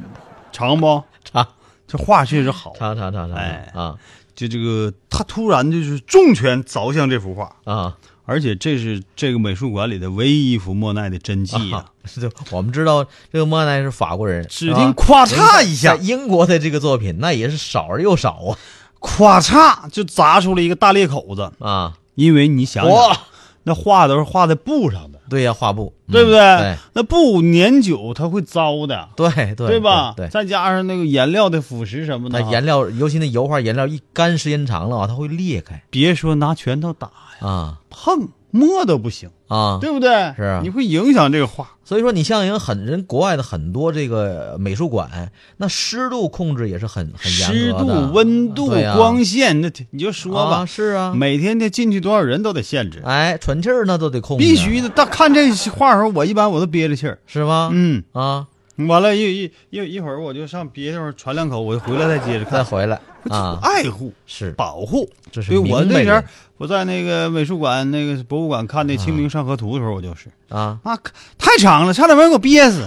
D: 长不？
A: 长，
D: 这画确实好。
A: 啊查查查查，
D: 哎
A: 啊
D: 就这个，他突然就是重拳凿向这幅画，
A: 啊
D: 而且这是这个美术馆里的唯一一幅莫奈的真迹
A: 啊
D: 啊！！
A: 就我们知道这个莫奈是法国人，
D: 指定咔嚓
A: 在
D: 一下，
A: 英国的这个作品那也是少而又少啊
D: 咔嚓就砸出了一个大裂口子。
A: 啊！
D: 因为你想想，
A: 哇，
D: 那画都是画在布上的，
A: 对呀，画布，嗯
D: 对不对？
A: 对
D: 那布年久它会糟的，
A: 对对
D: 对吧？
A: 对，对
D: 再加上那个颜料的腐蚀什么
A: 它
D: 的，
A: 颜料，尤其那油画颜料一干时间长了啊，它会裂开
D: 别说拿拳头打呀，
A: 啊
D: 碰摸都不行，
A: 啊！
D: 对不对？
A: 是啊
D: 你会影响这个画。
A: 所以说，你像人很人国外的很多这个美术馆，那湿度控制也是很很
D: 湿
A: 严格
D: 度
A: 的，、嗯
D: 温度、
A: 对啊
D: 光线，那你就说吧，
A: 啊是啊，
D: 每天得进去多少人都得限制，
A: 哎，喘气儿那都得控制，啊嗯
D: 必须的。但看这画的时候，我一般我都憋着气儿。
A: 是吗？
D: 嗯，
A: 啊，
D: 完了，一一一一会儿我就上别地方喘两口，我就回来再接着
A: 再
D: 看。
A: 回来
D: 不就
A: 哎 啊，
D: 爱护
A: 是
D: 保护，
A: 这是
D: 所以我
A: 明白
D: 那前
A: 人
D: 儿我在那个美术馆、那个博物馆看那《清明上河图》的时候，我就是
A: 啊，
D: 啊，太长了，差点没给我憋 死。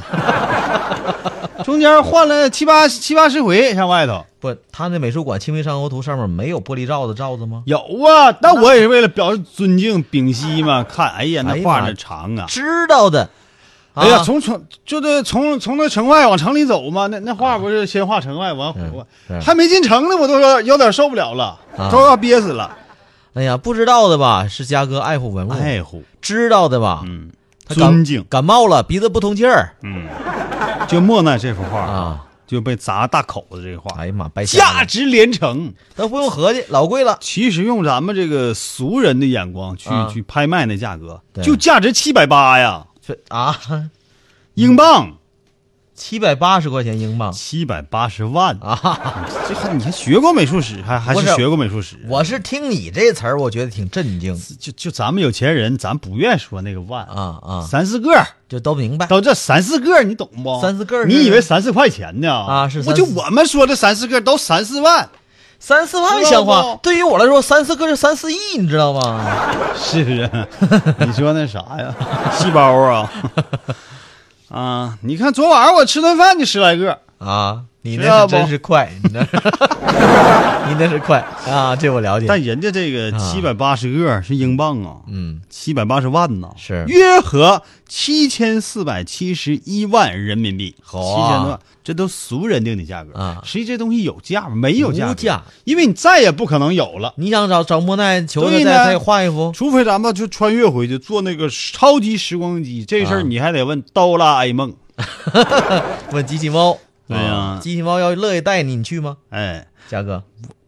D: 中间换了七八七八十回上外头，
A: 不，他那美术馆《清明上河图》上面没有玻璃罩子罩子吗？
D: 有啊，但我也是为了表示尊敬、屏息嘛。看，哎呀，
A: 哎
D: 那
A: 呀
D: 画
A: 妈
D: 那长啊，
A: 知道的，啊、
D: 哎呀，从城就得从从那城外往城里走嘛。那那画不是先画城外，完回
A: 嗯是
D: 我还没进城呢，我都有有点受不了了
A: 啊，
D: 都要憋死了。
A: 哎呀，不知道的吧，是嘉哥爱护文物，
D: 爱护，
A: 知道的吧，
D: 嗯，
A: 嗯他感
D: 尊敬，
A: 感冒了，鼻子不通气儿
D: 嗯，就莫奈这幅画
A: 啊，
D: 就被砸大口子这话，
A: 哎呀哎妈，白瞎
D: 价
A: 了，
D: 值连城。
A: 都不用合计，老贵了。
D: 其实用咱们这个俗人的眼光去、
A: 啊
D: 去拍卖那价格，
A: 对
D: 就价值七百八呀，
A: 这啊，
D: 英镑
A: 七百八十块钱英镑
D: 七百八十万啊！
A: 啊！
D: 这还你还学过美术史，还还
A: 不
D: 是
A: 是
D: 学过美术史？啊
A: 我是听你这词儿，我觉得挺震惊
D: 就就咱们有钱人，咱不愿说那个万
A: 啊，啊，
D: 三四个儿
A: 就都明白。
D: 到这三四个儿，你懂不？
A: 三四个儿是
D: 你以为三四块钱呢？
A: 啊是
D: 我
A: 三
D: 就
A: 四啊
D: 我们说的三四个儿都三四万，
A: 三四万
D: 知道
A: 像
D: 不
A: 话，对于我来说，三四个是三四亿，你知道吗？
D: 是不是？你说那啥 呀？细胞啊！啊，你看昨晚上我吃顿饭就十来个儿，
A: 啊，你
D: 知道
A: 那是
D: 不
A: 真是快，你那，你那 是快啊，这我了解。
D: 但人家这个
A: 啊
D: 七百八十个儿是英镑啊，
A: 嗯，
D: 七百八十万呢，
A: 是
D: 约合七千四百七十一万人民币，七
A: 好
D: 千多万
A: 啊，
D: 这都俗人定的价格
A: 啊
D: 实际这东西有价吗？没有价格，
A: 无价
D: 因为你再也不可能有了，
A: 你想找找莫奈求
D: 对
A: 他
D: 呢
A: 再再画一幅，
D: 除非咱们就穿越回去坐那个超级时光机，这事儿
A: 啊
D: 你还得问哆啦 A 梦。
A: 问机器猫，
D: 对哎呀
A: 啊机器猫要乐意带你，你去吗？
D: 哎，
A: 嘉哥，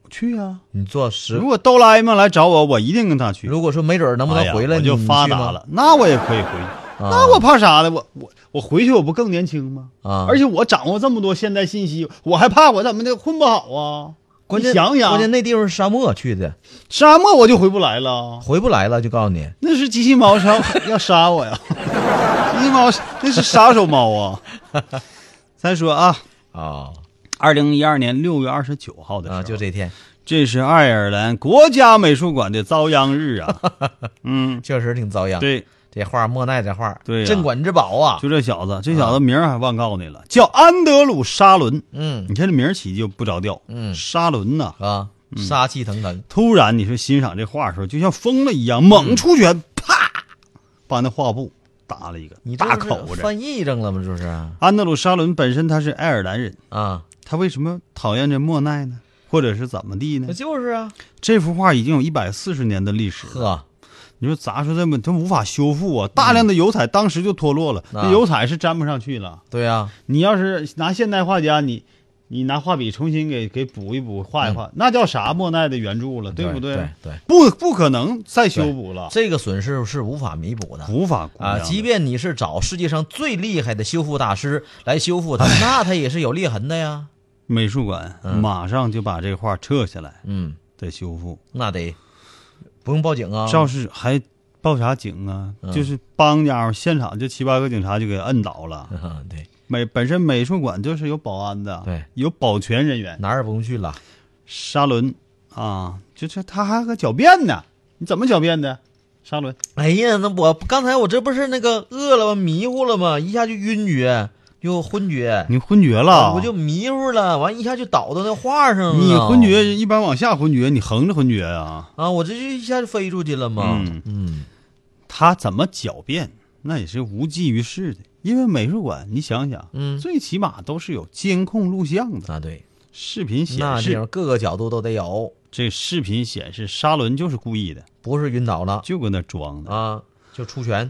D: 去啊！
A: 你做十
D: 如，果哆啦 A 梦来找我，我一定跟他去。
A: 如果说没准儿能不
D: 哎
A: 能
D: 呀
A: 回来，
D: 我就
A: 你
D: 发
A: 去吗
D: 达了，那我也可以回去。那我怕啥呢？我我我回去我不更年轻吗？
A: 啊
D: 而且我掌握这么多现代信息，我还怕我怎么的混不好啊？
A: 关键
D: 你想想，
A: 关键那地方是沙漠去的，
D: 沙漠我就回不来了。
A: 回不来了，就告诉你，
D: 那是机器猫杀 要杀我呀！机器猫那是杀手猫啊！再说啊，
A: 啊
D: 二零一二年六月二十九号的时候，
A: 啊，就这天，
D: 这是爱尔兰国家美术馆的遭殃日啊！ 嗯，
A: 确实挺遭殃。，
D: 对，
A: 这画莫奈这画，
D: 对呀
A: 镇馆之宝啊，
D: 就这小子，这小子名儿还忘告你了，叫安德鲁·沙伦。
A: 嗯
D: 你看这名儿起就不着调，
A: 嗯
D: 沙伦呐、
A: 啊，
D: 嗯
A: 杀气腾腾，
D: 突然你说欣赏这画的时候，就像疯了一样，
A: 嗯
D: 猛出拳，啪，把那画布打了一个
A: 你这
D: 大
A: 不是
D: 口子。
A: 犯癔症了吗？这不是啊
D: 安德鲁·沙伦本身他是爱尔兰人，
A: 啊，
D: 他为什么讨厌这莫奈呢？或者是怎么地呢
A: 那？就是啊，
D: 这幅画已经有一百四十年的历史了，
A: 呵，
D: 你说砸出这么，它无法修复啊！大量的油彩当时就脱落了，
A: 啊
D: 那油彩是粘不上去了。
A: 对啊，
D: 你要是拿现代画家，你你拿画笔重新给给补一补、画一画，那叫啥莫奈的原著了，不
A: 对
D: 嗯对？啊
A: 对，
D: 不不可能再修补了，
A: 这个损失是无法弥补的。
D: 无法估量
A: 啊，
D: 的
A: 即便你是找世界上最厉害的修复大师来修 复它，那它也是有裂痕的呀。
D: 美术馆马上就把这画撤下来，
A: 嗯，
D: 再修复。
A: 那得不用报警啊。嗯
D: 肇事还报啥警啊？就是帮家伙现场就七八个警察就给摁倒了。
A: 啊， 对，
D: 美本身美术馆就是有保安的，
A: 对，
D: 有保全人员。
A: 哪儿也不用去了。
D: 沙伦啊，就是他还和狡辩呢，你怎么狡辩的？沙伦，
A: 哎呀，那我刚才我这不是那个饿了吗？迷糊了吗？一下就晕厥，又昏厥，嗯
D: 你昏厥了，
A: 我就迷糊了，完一下就倒到那画上了。
D: 你昏厥，一般往下昏厥，你横着昏厥啊。
A: 啊，我这就一下就飞出去了嘛。
D: 嗯
A: 嗯
D: 他怎么狡辩，那也是无济于事的，因为美术馆，你想想，
A: 嗯
D: 最起码都是有监控录像的，
A: 啊对，
D: 视频显
A: 那地
D: 示
A: 方，各个角度都得有，
D: 这视频显示沙伦就是故意的，
A: 不是晕倒了
D: 就搁那装的。
A: 啊，就出拳。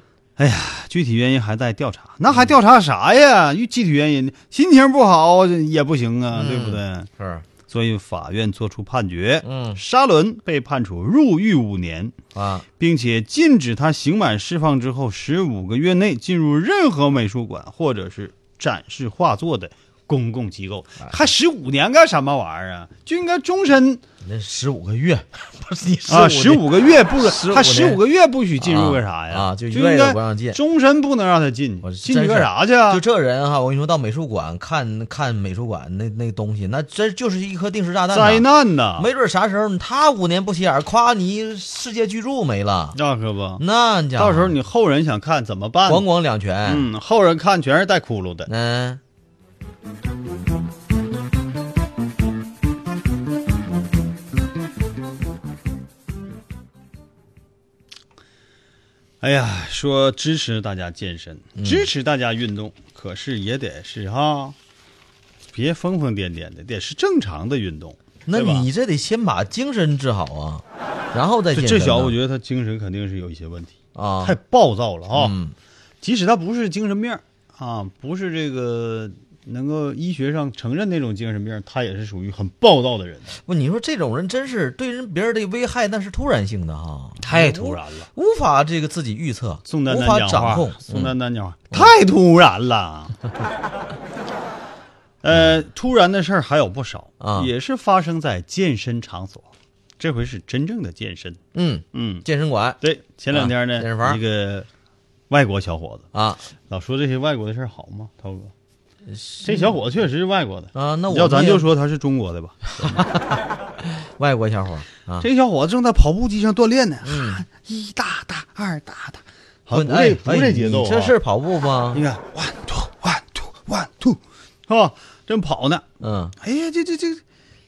D: 具体原因还在调查，那还调查啥呀？具体原因，心情不好也不行啊，
A: 嗯
D: 对不对？
A: 是
D: 所以法院作出判决，
A: 嗯
D: 沙伦被判处入狱五年，
A: 啊，
D: 并且禁止他刑满释放之后十五个月内进入任何美术馆或者是展示画作的公共机构。
A: 哎
D: 还十五年干什么玩意儿啊？就应该终身
A: 那十五个月 不是你
D: 啊，十五个月不
A: 15
D: 还
A: 年
D: 十五个月不许进入干啥呀？
A: 啊啊就
D: 就
A: 一
D: 应
A: 辈子
D: 该
A: 不让进
D: 终身不能让他进
A: 我，
D: 进
A: 真
D: 去
A: 是
D: 干啥去啊
A: 就？这人哈，我跟你说，到美术馆看看美术馆那那东西，那真就是一颗定时炸弹呐，
D: 灾难呐！
A: 没准啥时候他五年不起眼儿，夸你世界巨著嗯没了，
D: 那可不，
A: 那家伙
D: 到时候你后人想看怎么办？
A: 咣咣两拳，
D: 嗯，后人看全是带窟窿的。
A: 嗯，
D: 哎呀，说支持大家健身，
A: 嗯
D: 支持大家运动，可是也得是哈，别疯疯癫癫的，得是正常的运动。
A: 那
D: 对吧
A: 你这得先把精神治好啊，然后再
D: 这
A: 健
D: 这
A: 身
D: 小
A: 呢
D: 子，我觉得他精神肯定是有一些问题，
A: 啊
D: 太，暴躁了啊！
A: 嗯
D: 即使他不是精神病啊，不是这个能够医学上承认那种精神病，他也是属于很暴躁的人，
A: 不，你说这种人真是对人别人的危害那是突然性的哈，
D: 太突然了。
A: 无法这个自己预测，
D: 宋丹
A: 无
D: 丹
A: 法
D: 讲
A: 掌
D: 话
A: 控，。嗯
D: 宋丹丹讲话、太突然了。呃，突然的事儿还有不少
A: 嗯啊
D: 也是发生在健身场所，这回是真正的健身。
A: 嗯，
D: 嗯，
A: 健身馆
D: 对，前两天
A: 啊健身
D: 呢，
A: 房
D: 一个外国小伙子
A: 啊
D: 老说这些外国的事儿好吗？涛哥，这小伙子确实是外国的，
A: 啊，那我
D: 要咱
A: 们也
D: 就说他是中国的吧。
A: 外国小伙儿啊，嗯
D: 这小伙子正在跑步机上锻炼呢，哈 一大大二大大，好像
A: 问
D: 不
A: 哎
D: 这不这节奏
A: 哎
D: 啊，
A: 你这是跑步吗
D: 你？看，one two one two one two，是吧？正跑呢，
A: 嗯，
D: 哎呀，这这这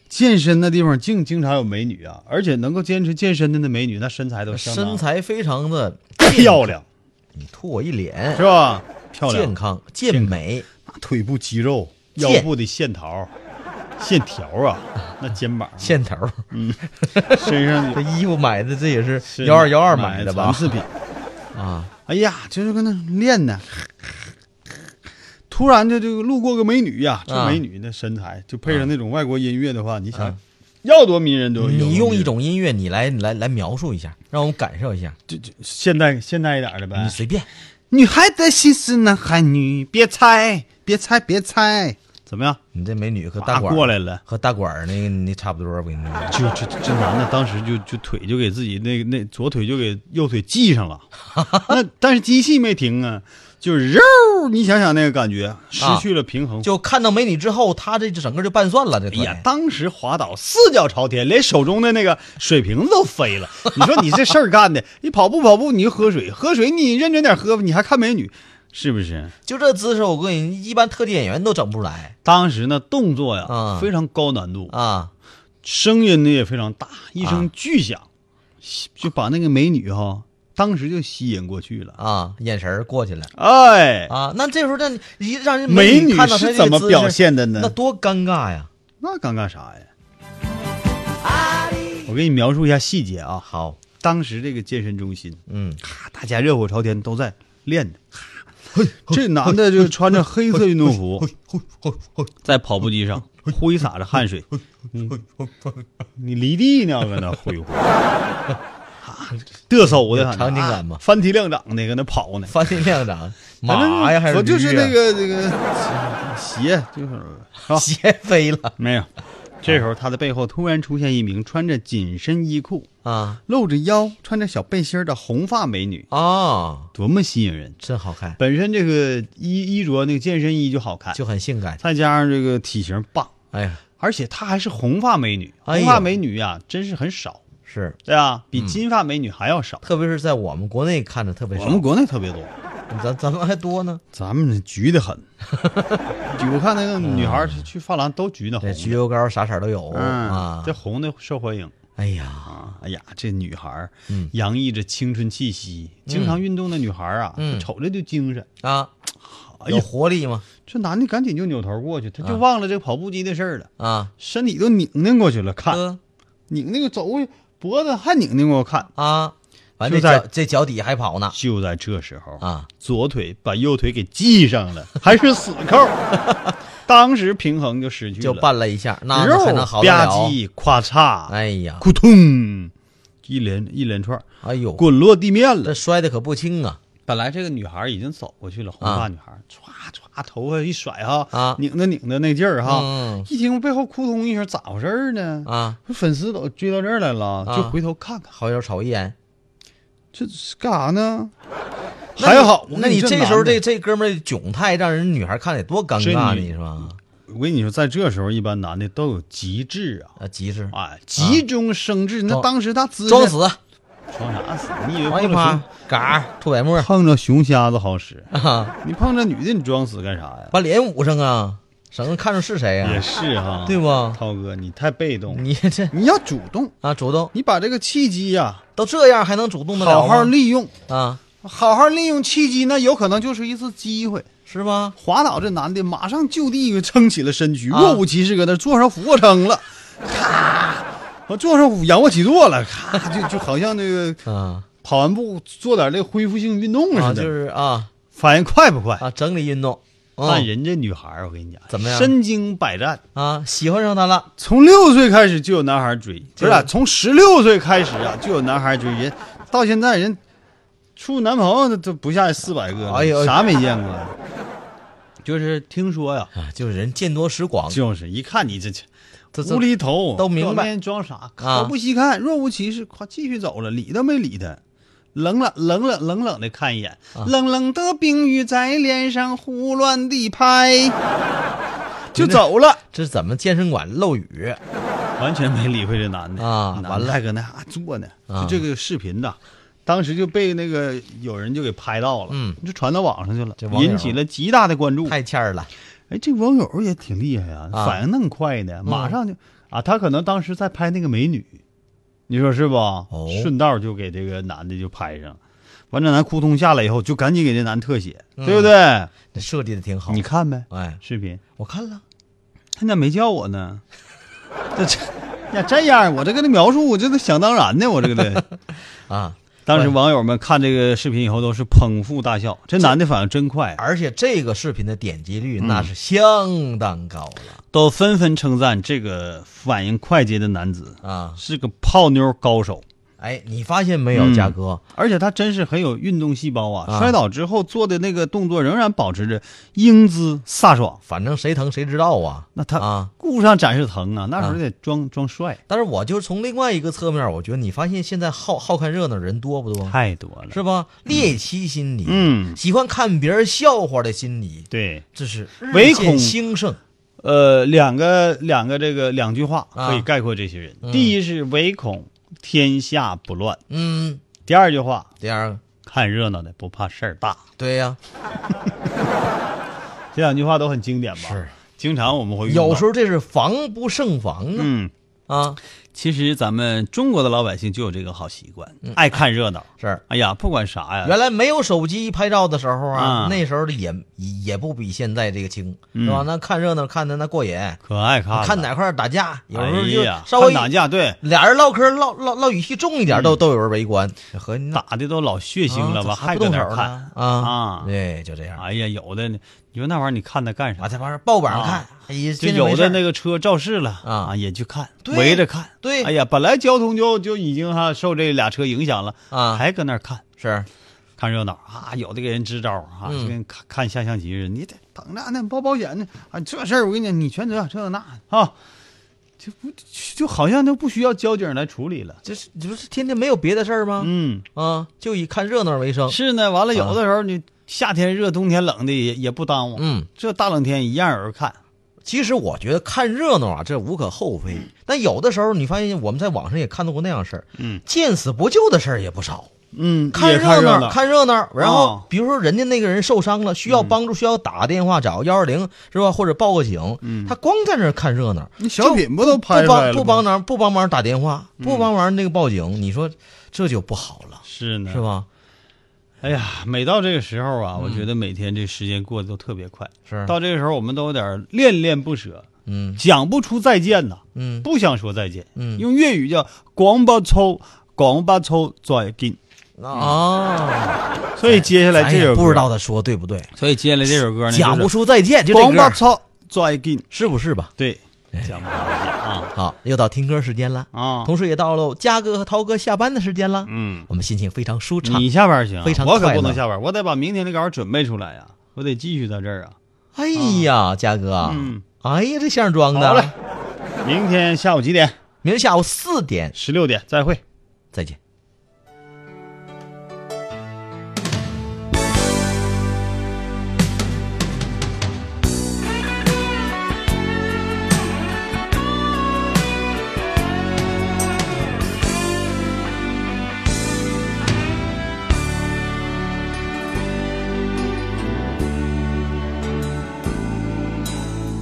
D: 健身那地方竟经常有美女啊，而且能够坚持健身的那美女，那身材都相当
A: 嗯身材非常的，
D: 漂亮，
A: 你吐我一脸
D: 是，吧？漂
A: 健
D: 亮，
A: 康健美，
D: 腿部肌肉，腰
A: 健
D: 部的线条、线条 啊，那肩膀、啊
A: 线头 儿，
D: 身上
A: 这衣服买的这也是
D: 是
A: 幺二幺二买的
D: 残
A: 吧？
D: 次品。
A: 啊，
D: 哎呀，就是跟那练呢。突然就就路过个美女呀、
A: 啊
D: 这美女那身材，就配上那种外国音乐的话，你想要多迷人多有多迷人。
A: 你用一种音乐，你来你来来描述一下，让我们感受一下，
D: 就就现代现代一点的呗
A: 你。随便，
D: 女孩的心思男孩女，别猜，别猜，别猜，怎么样？
A: 你这美女和大
D: 大
A: 管儿
D: 过来了，
A: 和大管儿那个那差不多，我跟你 说，
D: 就这这男的当时就就腿就给自己那那左腿就给右腿系上了，那但是机器没停啊，就肉， 你想想那个感觉，失去了平衡，
A: 就看到美女之后，他这整个就拌蒜了，这
D: 哎
A: 腿
D: 呀，当时滑倒四脚朝天，连手中的那个水瓶子都飞了。你说你这事儿干的，你跑步跑步你就喝水，喝水你认真点喝吧，你还看美女，是不是？
A: 就这姿势，我跟你一般特技演员都整不出来
D: 当时呢，动作呀、
A: 啊
D: 非常高难度，
A: 啊。
D: 声音呢也非常大，一声
A: 啊
D: 巨响，吸就把那个美女哈、当时就吸引过去了。
A: 啊，眼神儿过去了
D: 哎，
A: 啊。那这时候让你让人
D: 美
A: 女
D: 女
A: 看到他
D: 是怎么表现的呢
A: 那多尴尬呀！
D: 那尴尬啥呀？我给你描述一下细节啊。
A: 好，
D: 当时这个健身中心，
A: 嗯，
D: 咔大家热火朝天都在练呢。这男的就穿着黑色运动服，在跑步机上挥洒着汗水。嗯你离地呢，搁那挥霍，嘚瑟的，啊
A: 场景感嘛
D: 翻蹄亮掌的，搁那跑呢。
A: 翻天亮掌，
D: 反正
A: 马呀还是
D: 我就是
A: 驴呀啊
D: 那个那个鞋，就是是吧？
A: 鞋飞了
D: 没有。这时候他的背后突然出现一名穿着紧身衣裤、
A: 啊
D: 露着腰、穿着小背心儿的红发美女，
A: 啊，
D: 多么吸引人！
A: 真好看，
D: 本身这个衣衣着那个健身衣就好看，
A: 就很性感。
D: 再加上这个体型棒，
A: 哎呀，
D: 而且她还是红发美女，
A: 哎呦嗯
D: 红发美女呀、真是很少，
A: 是，
D: 对啊，比金发美女还要少。
A: 特别是在我们国内看着特别
D: 我
A: 少，
D: 们国内特别多，
A: 咱咱们还多呢。
D: 咱们橘 的很。就我看那个女孩儿去发廊都橘的红
A: 这
D: 的，
A: 嗯焗油膏啥色儿都有
D: 哦嗯
A: 啊，
D: 这。红的受欢迎。
A: 哎呀，
D: 啊，哎呀，这女孩儿
A: 嗯
D: 洋溢着青春气息，经常运动的女孩儿啊，
A: 嗯
D: 瞅着就精神。
A: 啊，
D: 哎
A: 有
D: 呀，
A: 活力吗？
D: 这男的赶紧就扭头过去，他就忘了这跑步机的事儿了，
A: 啊，
D: 身体都拧拧过去了，看
A: 哥
D: 拧那个走过去，脖子还拧拧过去看。
A: 啊，完这
D: 就在
A: 脚这脚底还跑呢
D: 就在这时候，
A: 啊，
D: 左腿把右腿给系上 了，还是死扣， 当时平衡就失去了，
A: 就绊了一下，那
D: 肉
A: 才能好得
D: 吧
A: 了。
D: 唧咔嚓，
A: 哎呀，
D: 扑通，一连一连串
A: 哎呦，
D: 滚落地面了
A: 这。摔的可不轻啊！
D: 本来这个女孩已经走过去了，红发女孩歘歘头发一甩哈，
A: 啊
D: 拧着拧着那劲儿哈，
A: 嗯
D: 一听背后扑通一声，咋回事儿呢？
A: 啊，
D: 粉丝都追到这儿来了，
A: 啊
D: 就回头看看，
A: 好友瞅一眼，
D: 这是干啥呢？
A: 那你
D: 还好，我
A: 那
D: 跟
A: 你这
D: 男
A: 时候
D: 的
A: 这这哥们儿窘态，让人女孩看得多尴尬，
D: 这你
A: 你说
D: 我跟你说，在这时候一般男的都有极致啊，
A: 啊，极致，
D: 哎，急中生智。那
A: 装
D: 当时他姿势
A: 装死，哎
D: 装啥死？你以为
A: 往一
D: 碰
A: 趴
D: 着，
A: 嘎儿吐白沫
D: 熊
A: 儿
D: 碰着熊瞎子好使？
A: 啊，
D: 你碰着女的，你装死干啥呀？
A: 把脸捂上啊，省得看出是谁
D: 也
A: 啊，
D: 是哈，
A: 对不？
D: 涛哥，你太被动了，
A: 你这
D: 你要主动，
A: 啊，主动
D: 你把这个契机呀、
A: 都这样还能主动的
D: 好
A: 了
D: 好
A: 吗？
D: 利用，
A: 啊，
D: 好好利用契机，那有可能就是一次机会。
A: 是吧？
D: 滑倒这男的马上就地撑起了身躯，
A: 啊
D: 若无其事搁那做上俯卧撑了，咔，我做上仰卧起坐了，咔，就就好像那个
A: 啊
D: 跑完步做点那个恢复性运动似
A: 啊，就
D: 的，
A: 是啊
D: 反应快不快？
A: 啊，整理运动哦
D: 但人这女孩儿，我跟你讲，
A: 怎么样
D: 身经百战，
A: 啊，喜欢上他了，
D: 从六岁开始就有男孩追，不是啊、
A: 对
D: 从十六岁开始啊就有男孩追人，到现在人处男朋友都都不下四百个了，
A: 哎呦
D: 啥没见过啊呀？就是听说呀，
A: 啊，就是人见多识广，
D: 哎就是一看你这这
A: 这这
D: 无厘头，
A: 都明白啊
D: 表面装傻，口不细看，若无其事，夸继续走了，理都没理他。冷冷冷冷冷冷的看一眼，
A: 啊
D: 冷冷的冰雨在脸上胡乱 地拍，就走了。
A: 这怎么健身馆漏雨？
D: 完全没理会这男的
A: 啊
D: 男的
A: 完了
D: 还搁那啊坐呢，
A: 啊
D: 就这个视频呐，当时就被那个有人就给拍到了，
A: 嗯，
D: 就传到网上去了
A: 这，网友
D: 引起了极大的关注。
A: 太欠儿了，
D: 哎，这网友也挺厉害啊，
A: 啊
D: 反应那么快呢，马上就啊，他可能当时在拍那个美女，你说是不？
A: 哦
D: 顺道就给这个男的就拍上，完这男扑通下来以后，就赶紧给这男特写，对不对？
A: 这设计的挺好。
D: 嗯你，看呗，
A: 哎，
D: 视频。
A: 我看了，
D: 他咋没叫我呢？这这呀这样，我这个的描述，我这都想当然的，我这个 的。
A: 啊，
D: 当时网友们看这个视频以后都是捧腹大笑，这男的反应真快，啊
A: 而且这个视频的点击率
D: 嗯
A: 那是相当高了、
D: 都纷纷称赞这个反应快捷的男子
A: 啊！
D: 是个泡妞高手，
A: 哎，你发现没有，
D: 嗯
A: 嘉哥？
D: 而且他真是很有运动细胞啊！
A: 啊
D: 摔倒之后做的那个动作仍然保持着英姿飒爽。
A: 反正谁疼谁知道啊。
D: 那他
A: 啊，
D: 顾不上展示疼啊，那时候得装装帅，
A: 但是我就从另外一个侧面，我觉得你发现现在好好看热闹的人多不多？
D: 太多了。
A: 是吧？猎奇心理，
D: 嗯
A: 喜欢看别人笑话的心理，
D: 对，
A: 这是日
D: 唯
A: 渐
D: 恐
A: 兴盛。
D: 呃，两个两个这个两句话
A: 啊
D: 可以概括这些人。第一是唯恐天下不乱，
A: 嗯，
D: 第二句话
A: 第二个，
D: 看热闹的不怕事儿大。
A: 对呀、
D: 这两句话都很经典吧？
A: 是，
D: 经常我们会用到
A: 有时候这是防不胜防啊、
D: 嗯，
A: 啊！
D: 其实咱们中国的老百姓就有这个好习惯，爱看热闹。
A: 是，
D: 哎呀，不管啥呀，
A: 嗯原来没有手机拍照的时候啊，
D: 啊
A: 那时候的也也不比现在这个轻，是吧？那看热闹看的那过瘾，
D: 可爱嗯看了
A: 看？哪块儿打架，有时候
D: 哎
A: 就
D: 呀，
A: 稍微嗯
D: 看打架，对，
A: 俩人唠嗑唠唠唠语气重一点，
D: 嗯
A: 都都有人围观，合计那
D: 打的都老血腥了吧？
A: 啊
D: 啊还
A: 还
D: 搁
A: 不动
D: 那
A: 手
D: 儿看
A: 呢？啊
D: 啊
A: 对，就这样。
D: 哎呀，有的你说那玩意儿你看它干啥
A: 我？在旁边报榜看
D: 啊，
A: 哎呀，
D: 就
A: 今天没
D: 有
A: 事儿
D: 的那个车肇事了
A: 啊
D: 也去看，
A: 对
D: 围着看。
A: 对
D: 哎呀，本来交通就就已经哈、受这俩车影响了
A: 啊
D: 还搁那儿看
A: 是
D: 看热闹啊，有的给人支招啊，
A: 嗯
D: 就跟看看下象棋似的，你得等着呢，报保险呢啊，这事儿我跟你讲，你全责这那啊，就不就好像都不需要交警来处理了。
A: 这是你不是天天没有别的事儿吗？
D: 嗯，
A: 啊，就以看热闹为生。
D: 是呢，完了有的时候你夏天热，冬天冷的也也不耽误。
A: 嗯，
D: 这大冷天一样有人看，
A: 其实我觉得看热闹啊，这无可厚非。但有的时候，你发现我们在网上也看到过那样事儿，
D: 嗯，
A: 见死不救的事儿也不少。
D: 嗯，
A: 看
D: 也
A: 热
D: 热
A: 闹，看热闹，然
D: 哦
A: 后比如说人家那个人受伤了，需
D: 嗯
A: 要帮助，需要打个电话找幺二零是吧？或者报个警。
D: 嗯
A: 他光在那儿看热闹，
D: 你小品不
A: 不
D: 都拍出来
A: 帮
D: 了吗？嗯
A: 不帮忙不帮忙打电话，不帮忙那个报警，你说这就不好了，
D: 是呢，
A: 是吧？嗯
D: 哎呀，每到这个时候啊，我觉得每天这时间过得都特别快。
A: 是
D: 到这个时候，我们都有点恋恋不舍，
A: 嗯
D: 讲不出再见呐，
A: 嗯
D: 不想说再见。
A: 嗯
D: 用粤语叫“广巴抽，广巴抽再见
A: 啊，”。
D: 所以接下嗯来
A: 咱
D: 这
A: 也
D: 首歌
A: 不知道，他说对不对，
D: 所以接下来这首歌呢，
A: 讲不出再见，就这
D: 广
A: 歌哎
D: 巴抽再见，
A: 是不是吧？
D: 对，讲不出再见啊
A: 好，又到听歌时间了，
D: 啊！
A: 同时也到了嘉哥和涛哥下班的时间了。
D: 嗯，
A: 我们心情非常舒畅
D: 你。下班行啊，
A: 非常
D: 我可
A: 快
D: 不
A: 乐
D: 能下班，我得把明天的稿准备出来呀，我得继续在这儿啊。
A: 哎呀，嘉哥，
D: 嗯，
A: 哎呀，这相装
D: 好嘞
A: 的，
D: 明天下午几点？
A: 明儿下午四点
D: 十六点，再会。
A: 再见。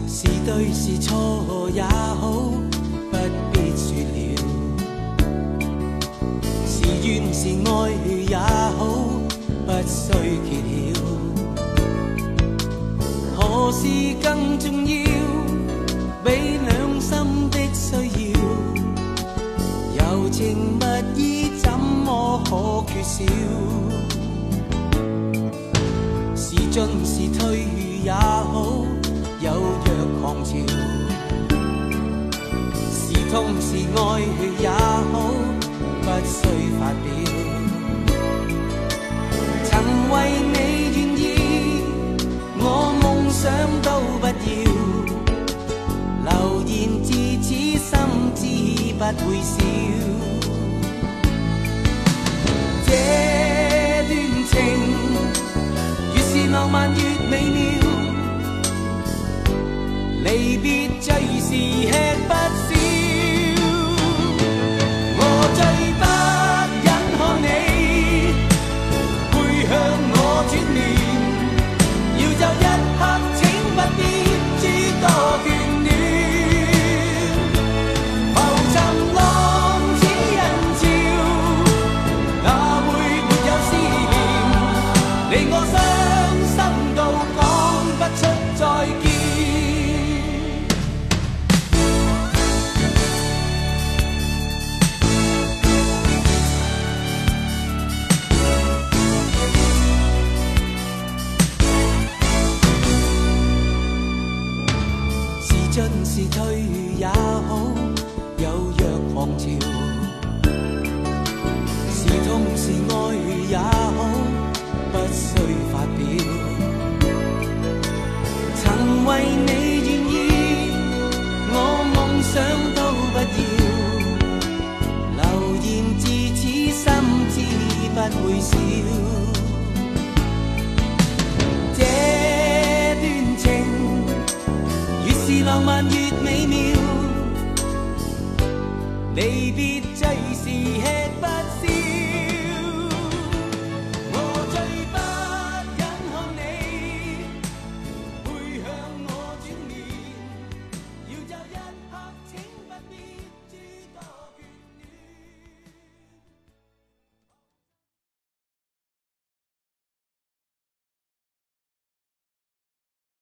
H: 是對是錯也好，不必说了。是怨是愛也好，不需揭曉。何事更重要？比兩心的需要，柔情蜜意怎麼可缺少？是進是退。也好，有若狂潮，是痛是愛血也好，不需發表。曾為你願意，我夢想都不要，流言自此心知不會少。這段情越是浪漫越美妙，離別最是吃不消。我最不忍看你背向我轉面，要就一刻請不必諸多眷戀，浮沉浪似人潮。那會沒有思念？你我傷心到講不出再見。是進是退也好，有若狂潮。是痛是愛也好，不需發表。曾為你願意，我夢想都不要。流言自此心知不會少。這段情越是浪漫越美妙，離別最是吃不消。